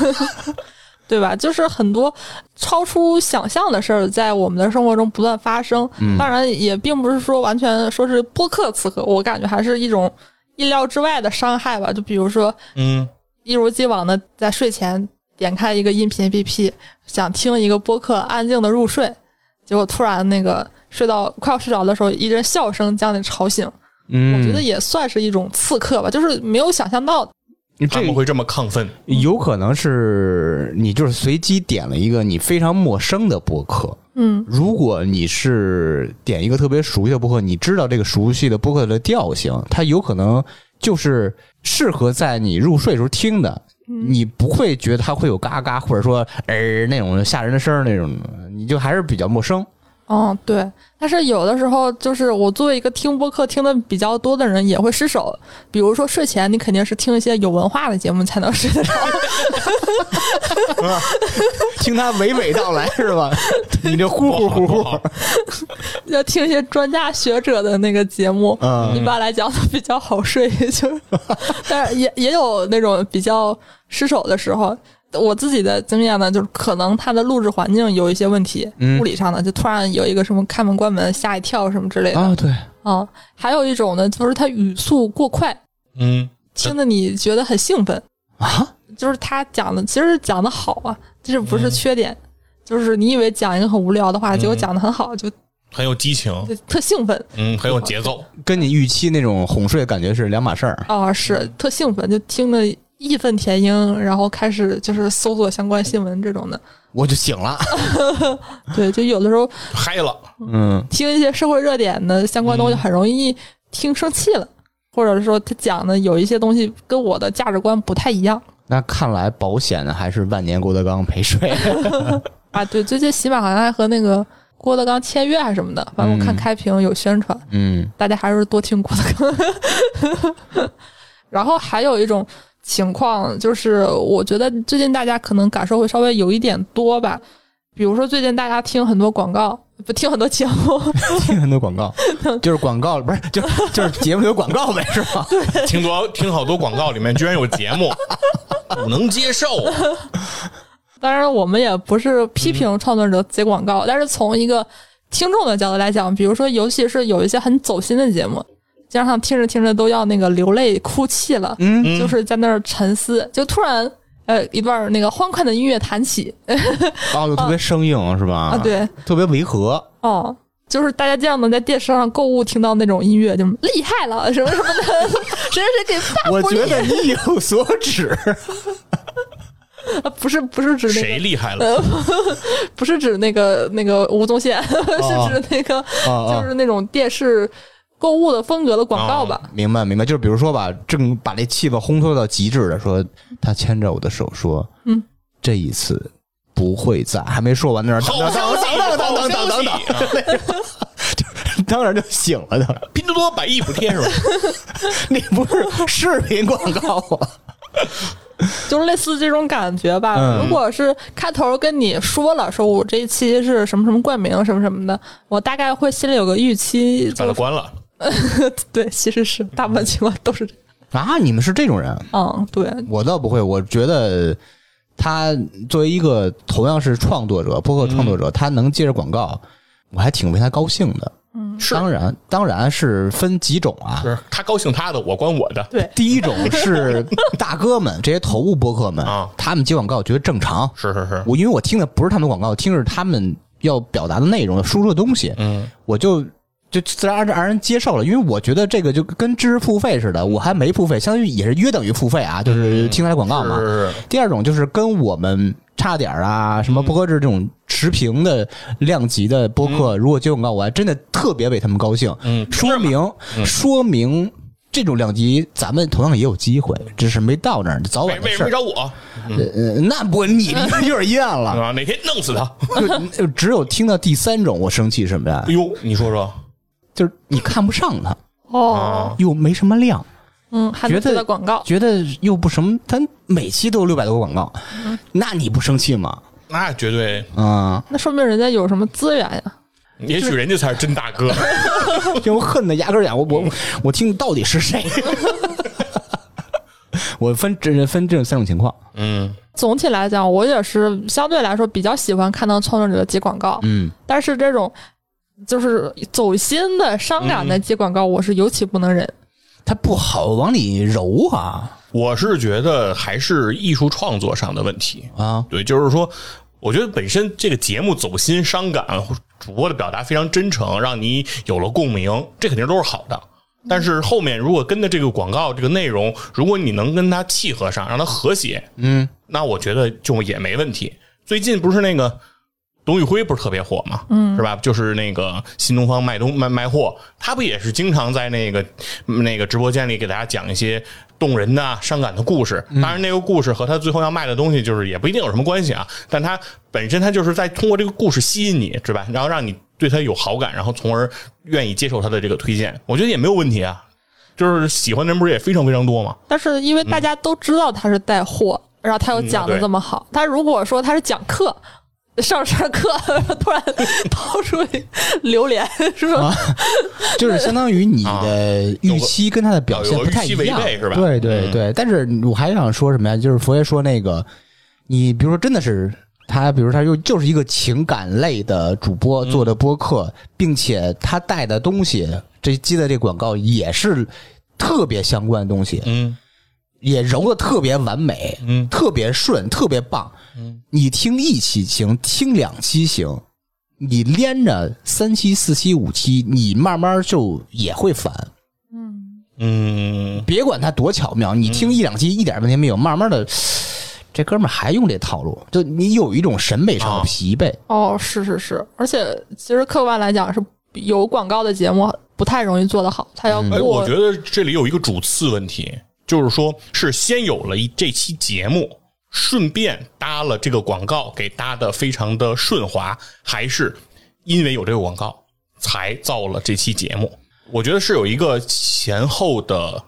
Speaker 1: 对吧？就是很多超出想象的事儿在我们的生活中不断发生。当然，也并不是说完全说是播客刺客，我感觉还是一种意料之外的伤害吧。就比如说，
Speaker 2: 嗯，
Speaker 1: 一如既往的在睡前点开一个音频 APP，想听一个播客，安静的入睡，结果突然那个睡到快要睡着的时候，一阵笑声将你吵醒。我觉得
Speaker 3: 嗯，
Speaker 1: 也算是一种刺客吧，就是没有想象到的。
Speaker 2: 他
Speaker 3: 这
Speaker 2: 们
Speaker 3: 个
Speaker 2: 会这么亢奋，
Speaker 3: 有可能是你就是随机点了一个你非常陌生的播客。
Speaker 1: 嗯，
Speaker 3: 如果你是点一个特别熟悉的播客，你知道这个熟悉的播客的调性，它有可能就是适合在你入睡时候听的，你不会觉得它会有嘎嘎或者说呃那种吓人的声儿那种，你就还是比较陌生。
Speaker 1: 哦，对，但是有的时候就是我作为一个听播客听的比较多的人，也会失手。比如说睡前，你肯定是听一些有文化的节目才能睡得着。 (laughs)
Speaker 3: 听他娓娓道 (laughs) 来是吧？你这呼呼呼
Speaker 2: 不
Speaker 3: 呼
Speaker 2: 好，
Speaker 1: 要听一些专家学者的那个节目，
Speaker 3: 嗯
Speaker 1: 一般来讲都比 (laughs)
Speaker 3: (laughs)
Speaker 1: 较好睡，就是，但是也也有那种比较失手的时候。我自己的经验呢，就是可能它的录制环境有一些问题，
Speaker 3: 嗯
Speaker 1: 物理上的，就突然有一个什么开门关门吓一跳什么之类的。
Speaker 3: 啊，对，
Speaker 1: 啊、还有一种呢，就是它语速过快，
Speaker 2: 嗯，
Speaker 1: 听得你觉得很兴奋。
Speaker 3: 啊，
Speaker 1: 就是他讲的，其实讲的好啊，这不是缺点。就是你以为讲一个很无聊的话，
Speaker 2: 嗯
Speaker 1: 结果讲的很好，就
Speaker 2: 很有激情，
Speaker 1: 就特兴奋
Speaker 2: 嗯，很有节奏，
Speaker 3: 跟你预期那种哄睡的感觉是两码事儿。
Speaker 1: 啊、是特兴奋，就听着义愤填膺，然后开始就是搜索相关新闻这种的。
Speaker 3: 我就醒了，
Speaker 1: 对，就有的时候
Speaker 2: 嗨了，
Speaker 3: 嗯，
Speaker 1: 听一些社会热点的相关东西，
Speaker 2: 嗯
Speaker 1: 很容易听生气了，或者说他讲的有一些东西跟我的价值观不太一样
Speaker 3: 那看来保险的还是万年郭德纲陪睡。
Speaker 1: (laughs) 啊。对，最近喜马好像还和那个郭德纲签约还是什么的，反正我看
Speaker 3: 嗯
Speaker 1: 开屏有宣传。
Speaker 3: (laughs) 嗯
Speaker 1: 大家还是多听郭德纲。 (laughs) 然后还有一种情况，就是我觉得最近大家可能感受会稍微有一点多吧。比如说最近大家听很多广告，不听很多节目，
Speaker 3: 听很多广 (laughs) 告，就是广告不是，就就是节目有广告呗，是吧？
Speaker 2: 听多听好多广告里面居然有节目， (laughs) 不能接受，
Speaker 1: 当然我们也不是批评创作者接广告，但是从一个听众的角度来讲，比如说尤其是有一些很走心的节目，加上听着听着都要那个流泪哭泣了，
Speaker 3: 嗯，
Speaker 2: 嗯
Speaker 1: 就是在那儿沉思，就突然呃一段那个欢快的音乐弹起，
Speaker 3: (laughs) 哦，就特别生硬是吧？
Speaker 1: 啊，，对，
Speaker 3: 特别违和。
Speaker 1: 哦，就是大家经常能在电视上购物听到那种音乐，就厉害了什么什么的， (laughs) 谁谁谁给发
Speaker 3: 我
Speaker 1: 福利
Speaker 3: 觉得你有所指，
Speaker 1: 啊不是不是指那
Speaker 2: 谁
Speaker 1: 个
Speaker 2: 厉害了？
Speaker 1: 不是指那个那个吴宗
Speaker 3: (laughs)
Speaker 1: 宪，
Speaker 3: 哦
Speaker 1: 是指那个、
Speaker 3: 哦
Speaker 1: 就是那种电视购物的风格的广告吧。
Speaker 3: 明白明白，就是比如说吧，正把这气氛烘托到极致了，说他牵着我的手说，
Speaker 1: 嗯，
Speaker 3: 这一次不会再，还没说完那儿，
Speaker 2: 好
Speaker 3: 当当
Speaker 2: 消息，
Speaker 3: 当当
Speaker 2: 好
Speaker 3: 当当
Speaker 2: 消
Speaker 3: 当
Speaker 2: 息
Speaker 3: 当，
Speaker 2: 啊，
Speaker 3: 当然就醒了的。
Speaker 2: 拼多多百亿补贴是吧？
Speaker 3: 那不是视频广告吗？
Speaker 1: 就是类似这种感觉吧。
Speaker 3: 嗯
Speaker 1: 如果是开头跟你说了，说我这一期是什么什么冠名什么什么的，我大概会心里有个预期。
Speaker 3: 啊
Speaker 2: 把它
Speaker 1: 就
Speaker 2: 关了，
Speaker 1: 对，其实是大部分情况都是这样。
Speaker 3: 啊，你们是这种人，
Speaker 1: 嗯，对，
Speaker 3: 我倒不会。我觉得他作为一个同样是创作者，播客创作者，他能接着广告，我还挺为他高兴的。嗯，当然，当然是分几种啊。
Speaker 2: 是他高兴他的，我关我的，
Speaker 1: 对，
Speaker 3: 第一种是大哥们，这些头部播客们
Speaker 2: 啊，
Speaker 3: 他们接广告觉得正常。
Speaker 2: 是是是，
Speaker 3: 我因为我听的不是他们的广告，听的是他们要表达的内容、输出的东西。
Speaker 2: 嗯，
Speaker 3: 我就就自然而然接受了，因为我觉得这个就跟知识付费似的，我还没付费，相当于也是约等于付费啊，就是听他的广告嘛。
Speaker 2: 嗯是是是。
Speaker 3: 第二种就是跟我们差点儿啊，什么播客制这种持平的量级的播客，如果接广告，我还真的特别为他们高兴。
Speaker 2: 嗯
Speaker 3: 说明、说明这种量级咱们同样也有机会，只是没到那儿，早
Speaker 2: 为
Speaker 3: 晚的
Speaker 2: 为什
Speaker 3: 事儿
Speaker 2: 么没。找我？
Speaker 3: 呃，那不你有点厌
Speaker 2: (laughs)
Speaker 3: 了，
Speaker 2: 啊，哪天弄死他！
Speaker 3: 就
Speaker 2: 嗯
Speaker 3: 就只有听到第三种，我生气什么呀
Speaker 2: 哎？呦，你说说，
Speaker 3: 就是你看不上他，
Speaker 2: 啊
Speaker 1: 哦，
Speaker 3: 又没什么量。
Speaker 1: 嗯，还能
Speaker 3: 觉得
Speaker 1: 接到广告。
Speaker 3: 觉得又不什么，他每期都有六百多个广告，
Speaker 1: 嗯
Speaker 3: 那你不生
Speaker 1: (laughs)
Speaker 3: 气吗？
Speaker 2: 那绝对，
Speaker 3: 啊、
Speaker 1: 那说明人家有什么资源呀、
Speaker 2: 也许人家才是真大哥。
Speaker 3: 这我恨的牙根儿痒，我
Speaker 1: 嗯
Speaker 3: 我我听到底是
Speaker 1: (laughs)
Speaker 3: 谁？我分这分这种三种情况，
Speaker 2: 嗯，
Speaker 1: 总体来讲，我也是相对来说比较喜欢看到创作者接广告，
Speaker 3: 嗯，
Speaker 1: 但是这种就是走心的、伤感
Speaker 2: 嗯
Speaker 1: 的接广告，我是尤其不能忍。
Speaker 3: 它不好往里揉啊
Speaker 2: 我是觉得还是艺术创作上的问题。
Speaker 3: 啊，
Speaker 2: 对，就是说，我觉得本身这个节目走心、伤感，主播的表达非常真诚，让你有了共鸣，这肯定都是好的。但是后面如果跟着这个广告这个内容，如果你能跟它契合上，让它和谐，
Speaker 3: 嗯
Speaker 2: 那我觉得就也没问题。最近不是那个董宇辉不是特别火嘛，嗯，是吧？就是那个新东方卖东卖卖货，他不也是经常在那个那个直播间里给大家讲一些动人的啊、伤感的故事。当然，那个故事和他最后要卖的东西就是也不一定有什么关系啊，但他本身他就是在通过这个故事吸引你，是吧？然后让你对他有好感，然后从而愿意接受他的这个推荐，我觉得也没有问题啊。就是喜欢的人不是也非常非常多吗？
Speaker 1: 但是因为
Speaker 2: 嗯
Speaker 1: 大家都知道他是带货，然后他又讲的这么好，他如果说他是讲课。上上课突
Speaker 2: (laughs)
Speaker 1: 然抛出榴莲，是吧？
Speaker 3: (laughs) 就是相当于你
Speaker 2: 啊
Speaker 3: 的预期跟他的表现不太一
Speaker 2: 有个预期
Speaker 3: 样，
Speaker 2: 违背是吧嗯
Speaker 3: 对对对，但是我还想说什么呀？就是佛爷说那个，你比如说真的是他，比如他又就是一个情感类的主播
Speaker 2: 嗯
Speaker 3: 做的播客，并且他带的东西，这接的这广告也是特别相关的东西，
Speaker 2: 嗯
Speaker 3: 也揉的特别完美，
Speaker 2: 嗯
Speaker 3: 特别顺，特别棒。
Speaker 2: 嗯，
Speaker 3: 你听一期行，听两期行，你连着三期、四期、五期，你慢慢就也会烦。
Speaker 1: 嗯，
Speaker 2: 嗯，
Speaker 3: 别管它多巧妙，你听一两期一点问题没有，慢慢的，这哥们儿还用这套路，就你有一种审美上的疲惫。
Speaker 1: 哦，是是是，而且其实客观来讲是有广告的节目不太容易做得好，它要
Speaker 2: 哎，
Speaker 1: 过
Speaker 2: 我觉得这里有一个主次问题，就是说是先有了一这期节目，顺便搭了这个广告，给搭的非常的顺滑，还是因为有这个广告才造了这期节目？我觉得是有一个前后的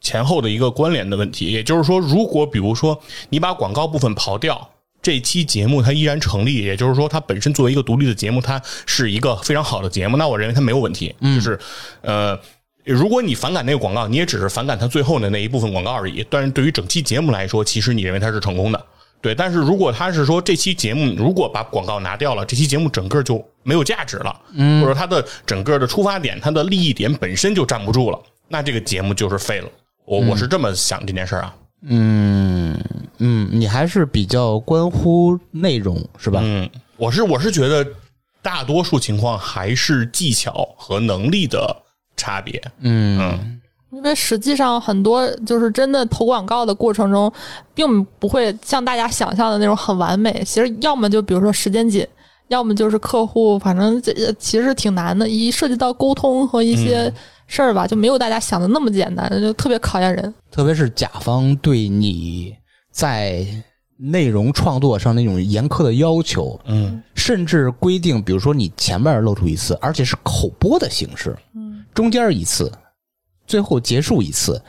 Speaker 2: 前后的一个关联的问题，也就是说，如果比如说你把广告部分刨掉。这期节目它依然成立，也就是说，它本身作为一个独立的节目，它是一个非常好的节目。那我认为它没有问题，就是，呃，如果你反感那个广告，你也只是反感它最后的那一部分广告而已。但是对于整期节目来说，其实你认为它是成功的，对。但是如果它是说这期节目如果把广告拿掉了，这期节目整个就没有价值了，嗯，或者它的整个的出发点、它的利益点本身就站不住了，那这个节目就是废了。我我是这么想这件事儿啊，
Speaker 3: 嗯嗯，你还是比较关乎内容是吧？
Speaker 2: 嗯，我是我是觉得大多数情况还是技巧和能力的差别，
Speaker 3: 嗯
Speaker 1: 因为实际上很多就是真的投广告的过程中，并不会像大家想象的那种很完美。其实要么就比如说时间紧，要么就是客户，反正这其实挺难的。一涉及到沟通和一
Speaker 3: 嗯
Speaker 1: 些事儿吧，就没有大家想的那么简单，就特别考验人。
Speaker 3: 特别是甲方对你在内容创作上那种严苛的要求，
Speaker 2: 嗯
Speaker 3: 甚至规定，比如说你前面露出一次，而且是口播的形式，
Speaker 1: 嗯，
Speaker 3: 中间一次，最后结束一次，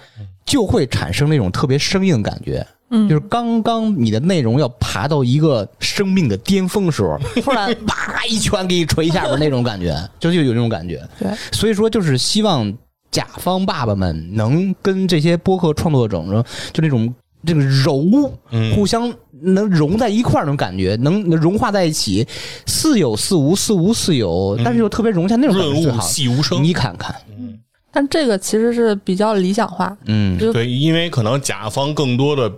Speaker 3: 就会产生那种特别生硬的感觉。
Speaker 1: 嗯
Speaker 3: 就是刚刚你的内容要爬到一个生命的巅峰的时候，
Speaker 1: 突然
Speaker 3: (laughs) 啪一拳给你捶下边那种感觉，就就有那种感觉。
Speaker 1: 对，
Speaker 3: 所以说，就是希望甲方爸爸们能跟这些播客创作者呢，就那种这个柔，
Speaker 2: 嗯
Speaker 3: 互相能融在一块儿那种感觉，能能融化在一起，似有似无，似无似有，但是又特别融洽那种感
Speaker 2: 嗯润
Speaker 3: 觉是最
Speaker 2: 物
Speaker 3: 好的。
Speaker 2: 细无声，
Speaker 3: 你看看，
Speaker 2: 嗯。
Speaker 1: 但这个其实是比较理想化。
Speaker 3: 嗯
Speaker 1: 就
Speaker 2: 对，因为可能甲方更多的，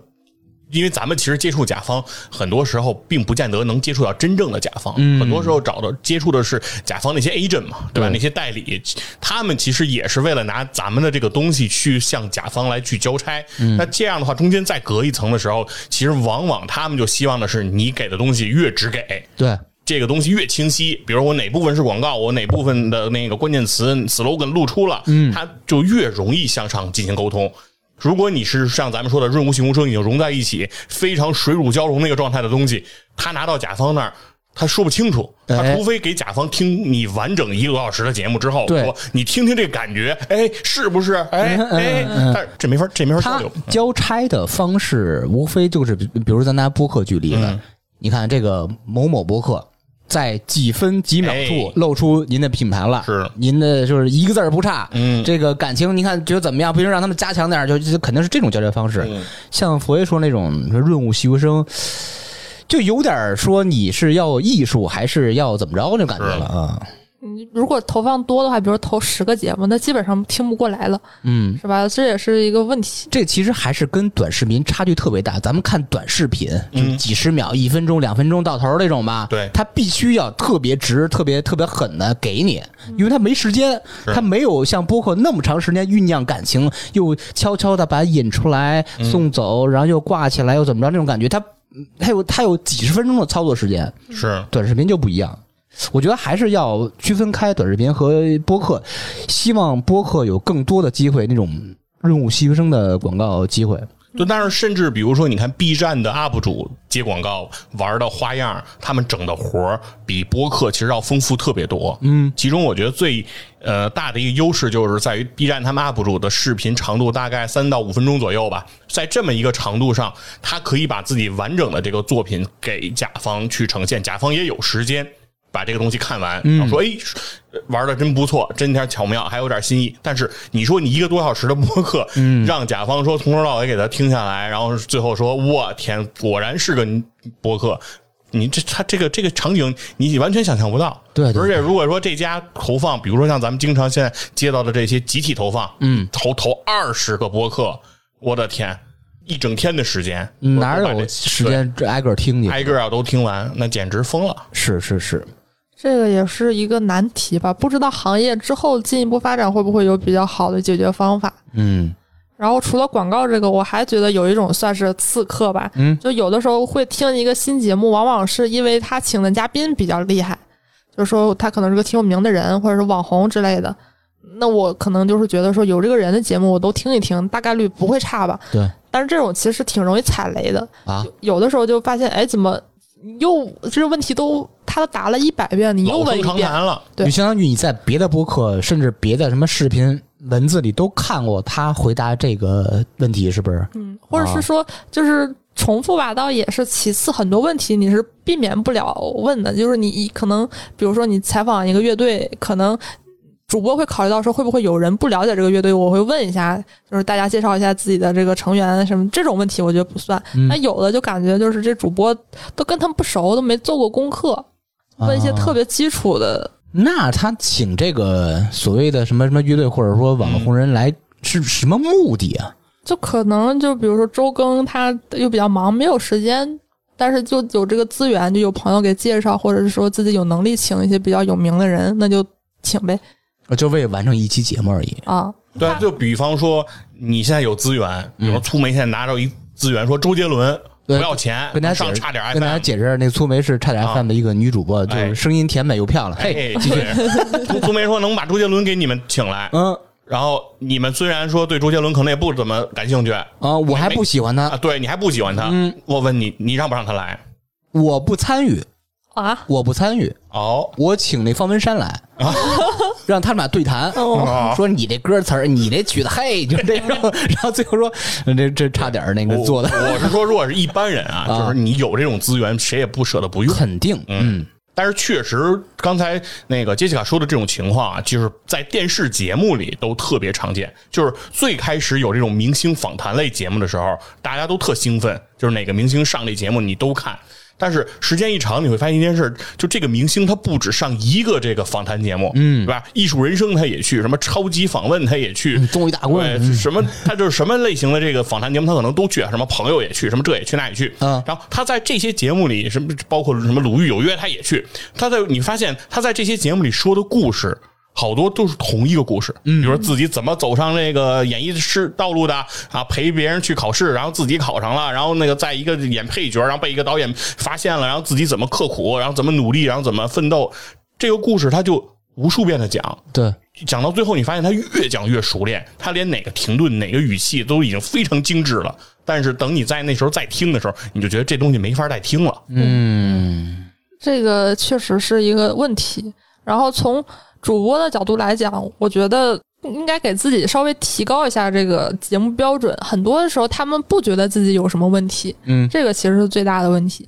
Speaker 2: 因为咱们其实接触甲方，很多时候并不见得能接触到真正的甲方，
Speaker 3: 嗯
Speaker 2: 很多时候找到接触的是甲方那些 agent 嘛，对
Speaker 3: 对
Speaker 2: 吧？那些代理，他们其实也是为了拿咱们的这个东西去向甲方来去交差。那这样的话，中间再隔一层的时候，其实往往他们就希望的是你给的东西越直给，
Speaker 3: 对，
Speaker 2: 这个东西越清晰，比如我哪部分是广告，我哪部分的那个关键词嗯 slogan 露出了，嗯，它就越容易向上进行沟通。如果你是像咱们说的润物细无声已经融在一起，非常水乳交融那个状态的东西，他拿到甲方那儿，他说不清楚，他
Speaker 3: 哎
Speaker 2: 除非给甲方听你完整一个多小时的节目之后，
Speaker 3: 对
Speaker 2: 说你听听这感觉，哎，是不是？哎哎，但是这没法，这没法交
Speaker 3: 他
Speaker 2: 流。
Speaker 3: 交差的方式无非就是，比比如咱拿播客举例
Speaker 2: 嗯
Speaker 3: 子，你看这个某某播客。在几分几秒
Speaker 2: 哎
Speaker 3: 处露出您的品牌了，
Speaker 2: 是
Speaker 3: 您的就是一个字儿不差，
Speaker 2: 嗯
Speaker 3: 这个感情您看觉得怎么样？不行，让他们加强点儿，就就肯定是这种交流方式。
Speaker 2: 嗯
Speaker 3: 像佛爷说那种润物细无声，就有点儿说你是要艺术还是要怎么着那种感觉了啊？
Speaker 1: 嗯，如果投放多的话，比如投十个节目，那基本上听不过来了，
Speaker 3: 嗯，
Speaker 1: 是吧？这也是一个问题。
Speaker 3: 这其实还是跟短视频差距特别大。咱们看短视频，就是几十秒、一分钟、两分钟到头儿那种吧，
Speaker 2: 对
Speaker 3: 它必须要特别直、特别特别狠的给你，因为它没时间，它没有像播客那么长时间酝酿感情，又悄悄的把它引出来、送走，然后又挂起来，又怎么着那种感觉，它嗯它有它有几十分钟的操作时间，
Speaker 2: 是，
Speaker 3: 短视频就不一样。我觉得还是要区分开短视频和播客，希望播客有更多的机会，那种润物细无声的广告机会。
Speaker 2: 对，但是甚至比如说，你看 B 站的 UP 主接广告玩的花样，他们整的活儿比播客其实要丰富特别多。嗯，其中我觉得最呃大的一个优势就是在于 B 站他们 UP 主的视频长度大概三到五分钟左右吧，在这么一个长度上，他可以把自己完整的这个作品给甲方去呈现，甲方也有时间。把这个东西看完，
Speaker 3: 嗯
Speaker 2: 然后说哎玩的真不错，真点巧妙，还有点新意。但是你说你一个多小时的播客，
Speaker 3: 嗯
Speaker 2: 让甲方说从头到尾给他听下来，然后最后说我天，果然是个播客。你这他这个这个场景，你完全想象不到。
Speaker 3: 对对
Speaker 2: 而且如果说这家投放，比如说像咱们经常现在接到的这些集体投放，嗯，投投二十个播客，我的天，一整天的时间，
Speaker 3: 嗯哪
Speaker 2: 我都把
Speaker 3: 有
Speaker 2: 这
Speaker 3: 时间挨个听去？
Speaker 2: 挨个要都听完，那简直疯了。
Speaker 3: 是是是，
Speaker 1: 这个也是一个难题吧？不知道行业之后进一步发展会不会有比较好的解决方法。
Speaker 3: 嗯
Speaker 1: 然后除了广告这个，我还觉得有一种算是刺客吧。
Speaker 3: 嗯，
Speaker 1: 就有的时候会听一个新节目，往往是因为他请的嘉宾比较厉害，就是说他可能是个挺有名的人，或者是网红之类的。那我可能就是觉得说有这个人的节目我都听一听，大概率不会差吧。
Speaker 3: 对
Speaker 1: 但是这种其实挺容易踩雷的，
Speaker 3: 啊，
Speaker 1: 有的时候就发现，哎，怎么又这个问题都他都答了一百遍，你又
Speaker 2: 老
Speaker 1: 问
Speaker 2: 生
Speaker 1: 一
Speaker 2: 常
Speaker 1: 遍，
Speaker 2: 谈啊了，
Speaker 1: 对
Speaker 3: 就相当于你在别的播客，甚至别的什么视频文字里都看过他回答这个问题，是不是？
Speaker 1: 嗯，或者是说就是重复吧，倒也是其次。很多问题你是避免不了问的，就是你一可能比如说你采访一个乐队，可能。主播会考虑到说会不会有人不了解这个乐队，我会问一下，就是大家介绍一下自己的这个成员什么这种问题，我觉得不算。那、有的就感觉就是这主播都跟他们不熟，都没做过功课，问一些
Speaker 3: 啊
Speaker 1: 特别基础的
Speaker 3: 那他请这个所谓的什么什么乐队或者说网红人来是什么目的啊？
Speaker 1: 就可能就比如说周更，他又比较忙，没有时间，但是就有这个资源，就有朋友给介绍，或者是说自己有能力请一些比较有名的人，那就请呗
Speaker 3: 就为完成一期节目而已。
Speaker 1: 啊。
Speaker 2: 对啊，就比方说你现在有资源，比如粗梅现在拿着一资源，说周杰伦不
Speaker 3: 嗯对
Speaker 2: 要钱，
Speaker 3: (laughs) 跟大家解
Speaker 2: 上
Speaker 3: 释
Speaker 2: 差点 FM，
Speaker 3: 跟大家解释一下，那粗梅是差点
Speaker 2: 啊
Speaker 3: FM 的一个女主播，就
Speaker 2: 哎
Speaker 3: 是声音甜美又漂亮。嘿，
Speaker 2: 哎，继续。粗 (laughs) 粗梅说能把周杰伦给你们请来，
Speaker 3: 嗯
Speaker 2: 然后你们虽然说对周杰伦可能也不怎么感兴趣啊，
Speaker 3: 啊，我还不喜欢他，
Speaker 2: 对你还不喜欢他，
Speaker 3: 嗯
Speaker 2: 我问你，你让不让他来？
Speaker 3: 我不参与，
Speaker 1: 啊，
Speaker 3: 我不参与，
Speaker 2: 哦，
Speaker 3: 我请那方文山来， (laughs) 让他们俩对谈。
Speaker 2: 啊
Speaker 3: (laughs)
Speaker 2: 哦
Speaker 3: 说你这歌词儿，你这曲子，嘿，就这
Speaker 2: (laughs)
Speaker 3: 种，然后最后说，嗯这这差点儿那个
Speaker 2: 我
Speaker 3: 做的，
Speaker 2: 我是说，如果是一般人啊，
Speaker 3: 啊
Speaker 2: 就是你有这种资源，谁也不舍得不用。
Speaker 3: 肯定，嗯，
Speaker 2: 但是确实，刚才那个杰西卡说的这种情况啊，就是在电视节目里都特别常见。就是最开始有这种明星访谈类节目的时候，大家都特兴奋，就是哪个明星上这节目你都看。但是时间一长，你会发现一件事，就这个明星他不只上一个这个访谈节目，嗯，对吧？艺术人生他也去，什么超级访问他也去，
Speaker 3: 嗯综艺大
Speaker 2: 对，
Speaker 3: 棍，
Speaker 2: 是什么他就是什么类型的这个访谈节目，他可能都去，什么朋友也去，什么这也去那也去。
Speaker 3: 嗯
Speaker 2: 然后他在这些节目里，什么包括什么《鲁豫有约》，他也去。他在你发现他在这些节目里说的故事。好多都是同一个故事，嗯，比如说自己怎么走上这个演艺是道路的啊，陪别人去考试，然后自己考上了，然后那个在一个演配角，然后被一个导演发现了，然后自己怎么刻苦，然后怎么努力，然后怎么奋斗，这个故事他就无数遍的讲，
Speaker 3: 对，
Speaker 2: 讲到最后，你发现他越讲越熟练，他连哪个停顿、哪个语气都已经非常精致了。但是等你在那时候再听的时候，你就觉得这东西没法再听了。
Speaker 3: 嗯，
Speaker 1: 这个确实是一个问题。然后从主播的角度来讲，我觉得应该给自己稍微提高一下这个节目标准。很多的时候，他们不觉得自己有什么问题，
Speaker 3: 嗯
Speaker 1: 这个其实是最大的问题。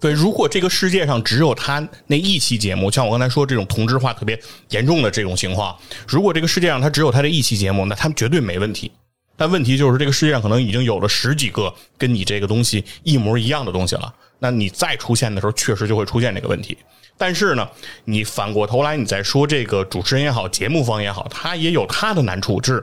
Speaker 2: 对，如果这个世界上只有他那一期节目，像我刚才说这种同质化特别严重的这种情况，如果这个世界上他只有他这一期节目，那他们绝对没问题。但问题就是，这个世界上可能已经有了十几个跟你这个东西一模一样的东西了。那你再出现的时候，确实就会出现这个问题。但是呢，你反过头来，你再说这个主持人也好，节目方也好，他也有他的难处，是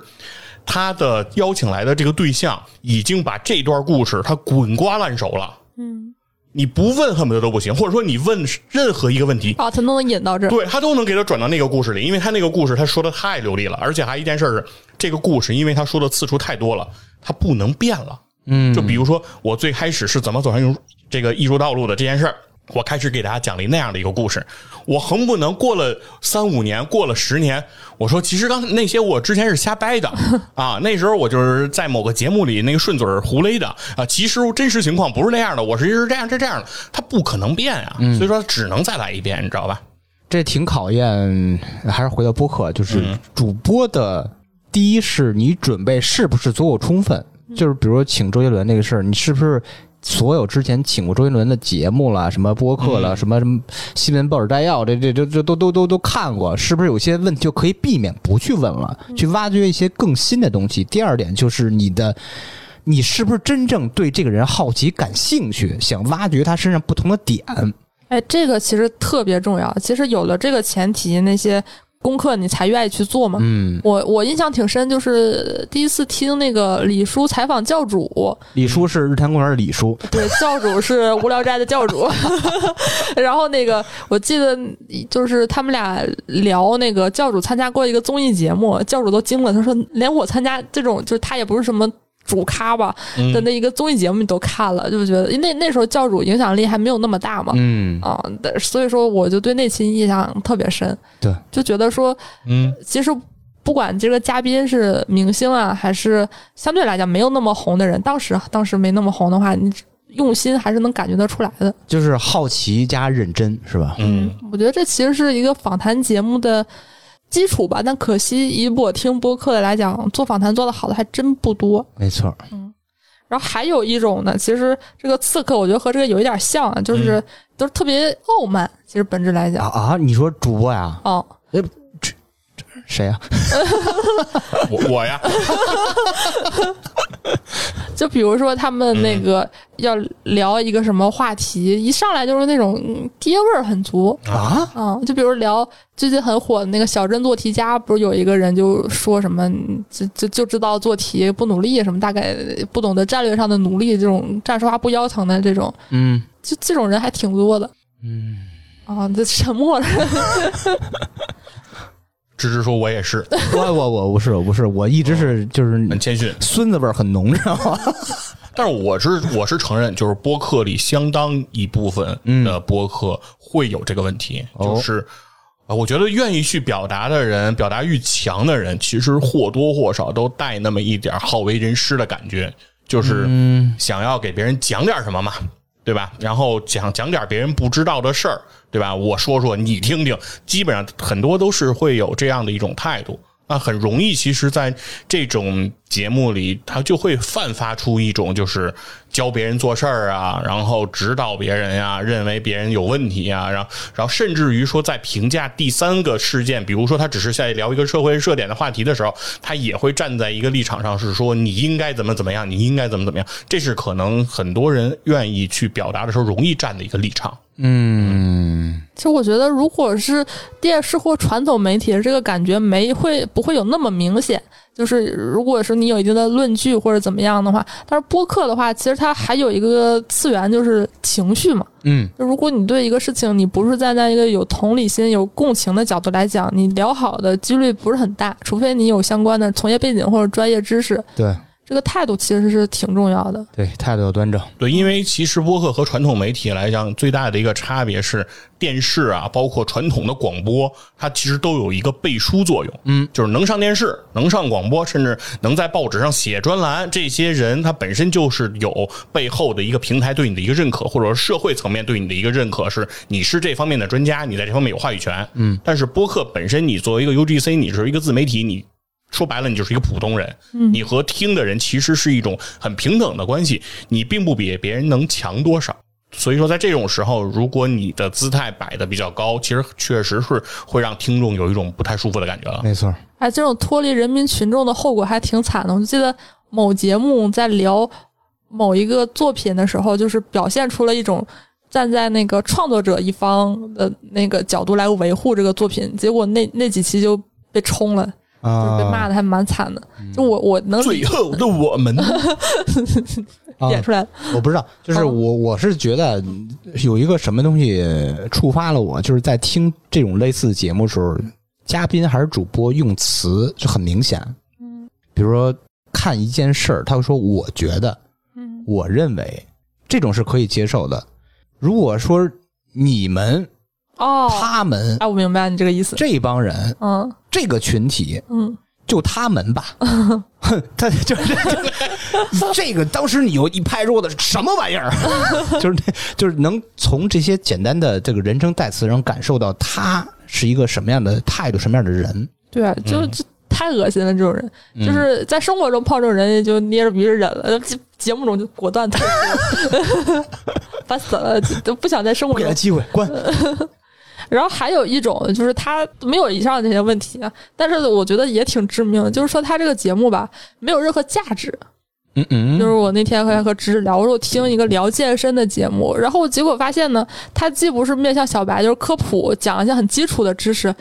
Speaker 2: 他的邀请来的这个对象已经把这段故事他滚瓜烂熟了。
Speaker 1: 嗯，
Speaker 2: 你不问恨不得都不行，或者说你问任何一个问题，
Speaker 1: 把他都能引到这儿。
Speaker 2: 对他都能给他转到那个故事里，因为他那个故事他说的太流利了，而且还一件事是，这个故事因为他说的次数太多了，他不能变了。
Speaker 3: 嗯
Speaker 2: 就比如说我最开始是怎么走上艺术这个艺术道路的这件事儿，我开始给大家讲了那样的一个故事，我横不能过了三五年，过了十年，我说其实刚才那些我之前是瞎掰的啊，那时候我就是在某个节目里那个顺嘴儿胡勒的啊，其实真实情况不是那样的，我是是这样是这样的，他不可能变啊，所以说只能再来一遍，你知道吧？
Speaker 3: 这挺考验，还是回到播客，就是主播的第一是你准备是不是足够充分，就是比如说请周杰伦这个事儿，你是不是所有之前请过周杰伦的节目啦，什么播客啦，什么什么新闻报纸摘要，这这这这都都都都看过，是不是有些问题就可以避免不去问了，去挖掘一些更新的东西？第二点就是你的。你是不是真正对这个人好奇、感兴趣，想挖掘他身上不同的点？
Speaker 1: 哎，这个其实特别重要。其实有了这个前提，那些功课你才愿意去做嘛。
Speaker 3: 嗯，
Speaker 1: 我我印象挺深，就是第一次听那个李叔采访教主，
Speaker 3: 李叔是日坛公园的李叔，
Speaker 1: 对，教主是无聊斋的教主。 (laughs) 然后那个我记得就是他们俩聊那个教主参加过一个综艺节目，教主都惊了，他说连我参加这种就是他也不是什么。主咖吧的那一个综艺节目你都看了，就觉得因为那那时候教主影响力还没有那么大嘛，
Speaker 3: 嗯，
Speaker 1: 啊、但所以说我就对那期印象特别深，
Speaker 3: 对，
Speaker 1: 就觉得说
Speaker 2: 嗯
Speaker 1: 其实不管这个嘉宾是明星啊，还是相对来讲没有那么红的人，当时啊当时没那么红的话，你用心还是能感觉得出来的。
Speaker 3: 就是好奇加认真，是吧？
Speaker 2: 嗯，
Speaker 1: 我觉得这其实是一个访谈节目的基础吧，但可惜以我听播客的来讲，做访谈做得好的还真不多。
Speaker 3: 没错，
Speaker 1: 然后还有一种呢，其实这个刺客我觉得和这个有一点像啊，就是
Speaker 2: 嗯
Speaker 1: 都是特别傲慢，其实本质来
Speaker 3: 啊
Speaker 1: 讲，
Speaker 3: 啊！你说主播呀，
Speaker 2: 啊
Speaker 1: 哦，
Speaker 3: 呃谁呀？
Speaker 2: 我我呀，
Speaker 1: 就比如说他们那
Speaker 3: 嗯
Speaker 1: 个要聊一个什么话题，一上来就是那种嗯爹味儿很足。
Speaker 3: 啊，
Speaker 1: 嗯，就比如聊最近很火的那个小镇做题家，不是有一个人就说什么嗯就就就知道做题不努力什么，大概不懂得战略上的努力，这种战术化不腰疼的这种，
Speaker 3: 嗯
Speaker 1: 就这种人还挺多的
Speaker 3: 嗯，
Speaker 1: 啊。这沉默了，
Speaker 2: 芝芝说我也是，
Speaker 3: 我我我不是我不是，我一直是就是
Speaker 2: 很谦逊。
Speaker 3: 孙子味儿很浓，你知道吗？
Speaker 2: 但是我是我是承认，就是播客里相当一部分的播客会有这个问题，
Speaker 3: 哦
Speaker 2: 就是。呃我觉得愿意去表达的人，表达欲强的人，其实或多或少都带那么一点好为人师的感觉，就是想要给别人讲点什么嘛，对吧？然后讲讲点别人不知道的事儿，对吧？我说说你听听，基本上很多都是会有这样的一种态度。那很容易，其实，在这种节目里，它就会泛发出一种就是教别人做事儿啊，然后指导别人呀、啊认为别人有问题啊，然后，然后甚至于说，在评价第三个事件，比如说他只是在聊一个社会热点的话题的时候，他也会站在一个立场上是说你应该怎么怎么样，你应该怎么怎么样，这是可能很多人愿意去表达的时候容易站的一个立场。
Speaker 3: 嗯，
Speaker 1: 其实我觉得，如果是电视或传统媒体，这个感觉没会不会有那么明显？就是如果是你有一定的论据或者怎么样的话，但是播客的话，其实它还有一个次元就是情绪嘛。
Speaker 3: 嗯，
Speaker 1: 就如果你对一个事情，你不是站在一个有同理心、有共情的角度来讲，你聊好的几率不是很大，除非你有相关的从业背景或者专业知识。
Speaker 3: 对
Speaker 1: 这个态度其实是挺重要的。
Speaker 3: 对，态度要端正。
Speaker 2: 对，因为其实播客和传统媒体来讲，最大的一个差别是，电视啊，包括传统的广播，它其实都有一个背书作用。嗯，就是能上电视，能上广播，甚至能在报纸上写专栏，这些人他本身就是有背后的一个平台对你的一个认可，或者说社会层面对你的一个认可，是你是这方面的专家，你在这方面有话语权。嗯，但是播客本身，你作为一个 UGC，你是一个自媒体，你说白了，你就是一个普通人，你和听的人其实是一种很平等的关系，你并不比别人能强多少。所以说，在这种时候，如果你的姿态摆的比较高，其实确实是会让听众有一种不太舒服的感觉了。
Speaker 3: 没错，
Speaker 1: 哎，这种脱离人民群众的后果还挺惨的。我就记得某节目在聊某一个作品的时候，就是表现出了一种站在那个创作者一方的那个角度来维护这个作品，结果那那几期就被冲了，就是被骂
Speaker 3: 啊，
Speaker 1: 的还蛮惨的。就我我能
Speaker 2: (laughs) 最后的我们，
Speaker 1: (laughs)
Speaker 3: 啊
Speaker 1: 演出来，
Speaker 3: 我不知道，就是
Speaker 1: 哦
Speaker 3: 我我是觉得有一个什么东西触发了我，就是在听这种类似的节目时候，嘉宾还是主播用词就很明显。
Speaker 1: 嗯
Speaker 3: 比如说看一件事儿，他会说我觉得，
Speaker 1: 嗯
Speaker 3: 我认为这种是可以接受的。如果说你们、
Speaker 1: 哦，
Speaker 3: 他们
Speaker 1: 哎，我明白你这个意思。
Speaker 3: 这帮人、
Speaker 1: 嗯
Speaker 3: 这个群体，
Speaker 1: 嗯，
Speaker 3: 就他们吧， (laughs) 哼，他就是 (laughs) 这个。当时你有一拍桌子，什么玩意儿？ (laughs) 就是那就是能从这些简单的这个人称代词上感受到他是一个什么样的态度，什么样的人。
Speaker 1: 对，就就。太恶心了，这种人、就是在生活中碰到这种人，也就捏着鼻子忍了。节节目中就果断退出， (laughs) 烦死了，就都不想在生活
Speaker 3: 不给
Speaker 1: 中
Speaker 3: 他机会，关。
Speaker 1: 然后还有一种就是他没有以上这些问题，啊，但是我觉得也挺致命的，就是说他这个节目吧没有任何价值。
Speaker 3: 嗯
Speaker 1: 就
Speaker 3: 嗯，
Speaker 1: 是我那天和和芝芝聊，我说我听一个聊健身的节目，然后结果发现呢，他既不是面向小白，就是科普讲一些很基础的知识。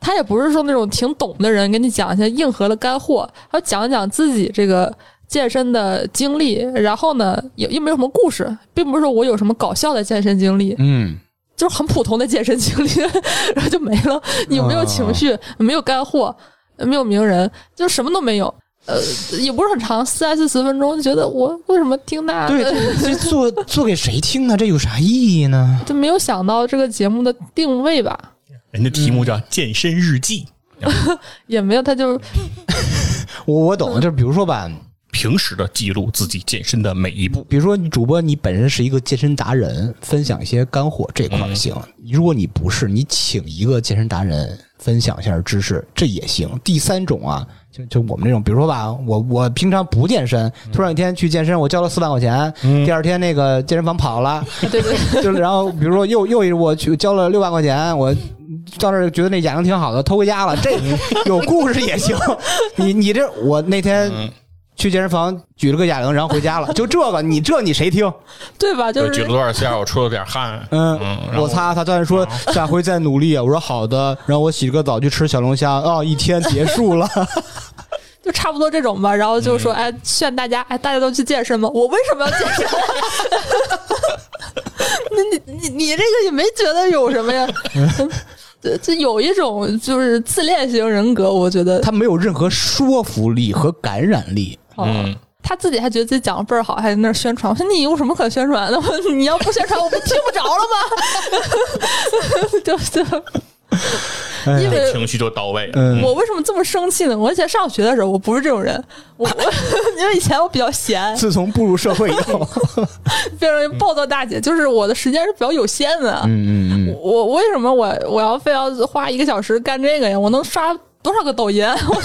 Speaker 1: 他也不是说那种挺懂的人给你讲一些硬核的干货，他讲一讲自己这个健身的经历，然后呢也又没有什么故事，并不是说我有什么搞笑的健身经历，
Speaker 3: 嗯，
Speaker 1: 就是很普通的健身经历， (laughs) 然后就没了。你没有情绪，没有干货，没有名人，就什么都没有。呃，也不是很长，四还是十分钟，就觉得我为什么听那？
Speaker 3: 对， (laughs) 这这做做给谁听呢？这有啥意义呢？
Speaker 1: 就没有想到这个节目的定位吧，
Speaker 2: 人家题目叫《健身日记》，
Speaker 1: 也没有，他就
Speaker 3: 我我懂，就是比如说吧，
Speaker 2: 平时的记录自己健身的每
Speaker 3: (laughs)
Speaker 2: 一步。
Speaker 3: 比如说你主播你本身是一个健身达人，分享一些干货这块儿行；如果你不是，你请一个健身达人分享一下知识，这也行。第三种啊，就就我们这种，比如说吧，我我平常不健身，突然有一天去健身，我交了四万块钱，第二天那个健身房跑了，
Speaker 1: 对 (laughs) 对，
Speaker 3: 就是然后比如说又又一我去交了六万块钱，我到这儿觉得那哑铃挺好的，偷回家了，这 (laughs) 有故事也行。你你这我那天去健身房举了个哑铃，然后回家了，就这个你这你谁听？
Speaker 1: 对吧？就
Speaker 2: 举
Speaker 1: 是
Speaker 2: 了多少下，我出了点汗。
Speaker 3: 嗯，
Speaker 2: 然后
Speaker 3: 我擦，他教练说下回再努力啊，我说好的，然后我洗了个澡去吃小龙虾，哦，一天结束了，
Speaker 1: 就差不多这种吧。然后就说，
Speaker 3: 嗯
Speaker 1: 哎，劝大家，哎，大家都去健身吧。我为什么要健身？ (laughs) 那你你你这个也没觉得有什么
Speaker 3: (laughs)
Speaker 1: 呀？这这有一种就是自恋型人格，我觉得
Speaker 3: (laughs) 他没有任何说服力和感染力。
Speaker 1: 哦他自己还觉得自己讲的倍儿好，还在那儿宣传。我说你有什么可宣传的？我 (laughs) 你要不宣传，我不听不着了吗？ (laughs) 对不对？
Speaker 3: (laughs) 哎呀
Speaker 1: 因为
Speaker 2: 情绪就到位了。
Speaker 3: 嗯，
Speaker 1: 我为什么这么生气呢？我以前上学的时候，我不是这种人，我 (laughs) 我因为以前我比较闲，
Speaker 3: 自从步入社会以后，
Speaker 1: 变
Speaker 3: 嗯
Speaker 1: 成暴躁大姐，就是我的时间是比较有限的。
Speaker 3: 嗯嗯嗯，
Speaker 1: 我我为什么我我要非要花一个小时干这个呀？我能刷多少个抖音？ (laughs) 我，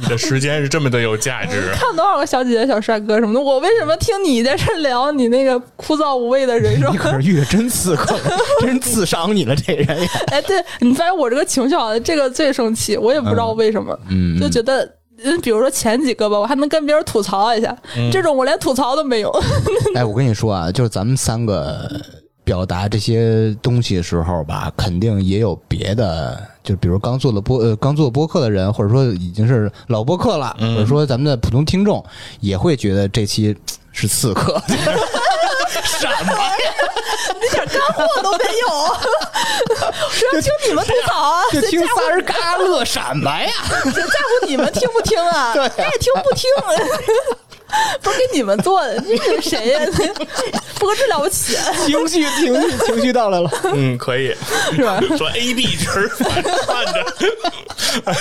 Speaker 2: 你的时间是这么的有价
Speaker 3: (laughs)
Speaker 2: 值
Speaker 1: 看多少个小姐姐、小帅哥什么的？我为什么听你在这儿聊你那个枯燥无味的人生
Speaker 3: (laughs) (laughs) 你？可是遇着真刺客 (laughs) 了，真刺伤你了，这人呀。
Speaker 1: 哎，对你发现我这个情绪好像这个最生气，我也不知道为什么，
Speaker 3: 嗯
Speaker 1: 就觉得，呃比如说前几个吧，我还能跟别人吐槽一下，
Speaker 3: 嗯
Speaker 1: 这种我连吐槽都没 (laughs) 有。
Speaker 3: 哎，我跟你说啊，就是咱们三个表达这些东西的时候吧，肯定也有别的，就比如刚做了播呃刚做播客的人，或者说已经是老播客了，或者说咱们的普通听众，也会觉得这期嘖是刺 (laughs) 客。
Speaker 1: 一点干货都没 (laughs) 有，谁要听你们吐槽啊？
Speaker 3: 就
Speaker 1: 谁
Speaker 3: 听
Speaker 1: 在乎
Speaker 3: 仨人嘎乐什么呀？
Speaker 1: 谁 (laughs) 在乎你们听不听啊？ (laughs)
Speaker 3: 对啊
Speaker 1: 爱听不听，啊 (laughs) 不是给你们做的，你是谁呀、 (laughs) 播这了不起，
Speaker 3: (laughs)
Speaker 1: 啊
Speaker 3: 情绪情绪情绪到来 (laughs) 了，
Speaker 2: 嗯，可以
Speaker 1: 是吧？
Speaker 2: 说 A B 值反串
Speaker 3: (laughs)
Speaker 2: 的，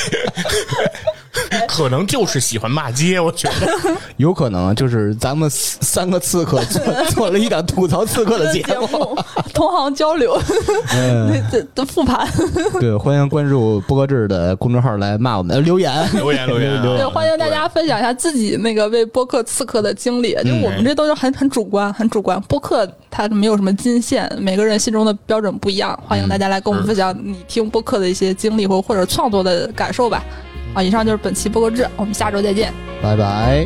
Speaker 2: 哎可能就是喜欢骂街，我觉
Speaker 3: (laughs)
Speaker 2: 得
Speaker 3: 有可能啊就是咱们四三个刺客做做了一档吐槽刺客
Speaker 1: (laughs)
Speaker 3: 的节
Speaker 1: 节
Speaker 3: 目。
Speaker 1: 目同行交流，
Speaker 3: 嗯，
Speaker 1: (laughs) 这这复盘。
Speaker 3: 对，欢迎关注波哥志的公众号来骂我们，呃留 (laughs) 言。
Speaker 2: 留言留言啊，
Speaker 1: 对，欢迎大家分享一下自己那个被播客刺客的经历。就我们这都是很很主观，很主观。播客它没有什么金线，每个人心中的标准不一样。欢迎大家来跟我们分享你听播客的一些经历或或者创作的感受吧。啊，以上就是本期播客志，我们下周再见。
Speaker 3: 拜拜。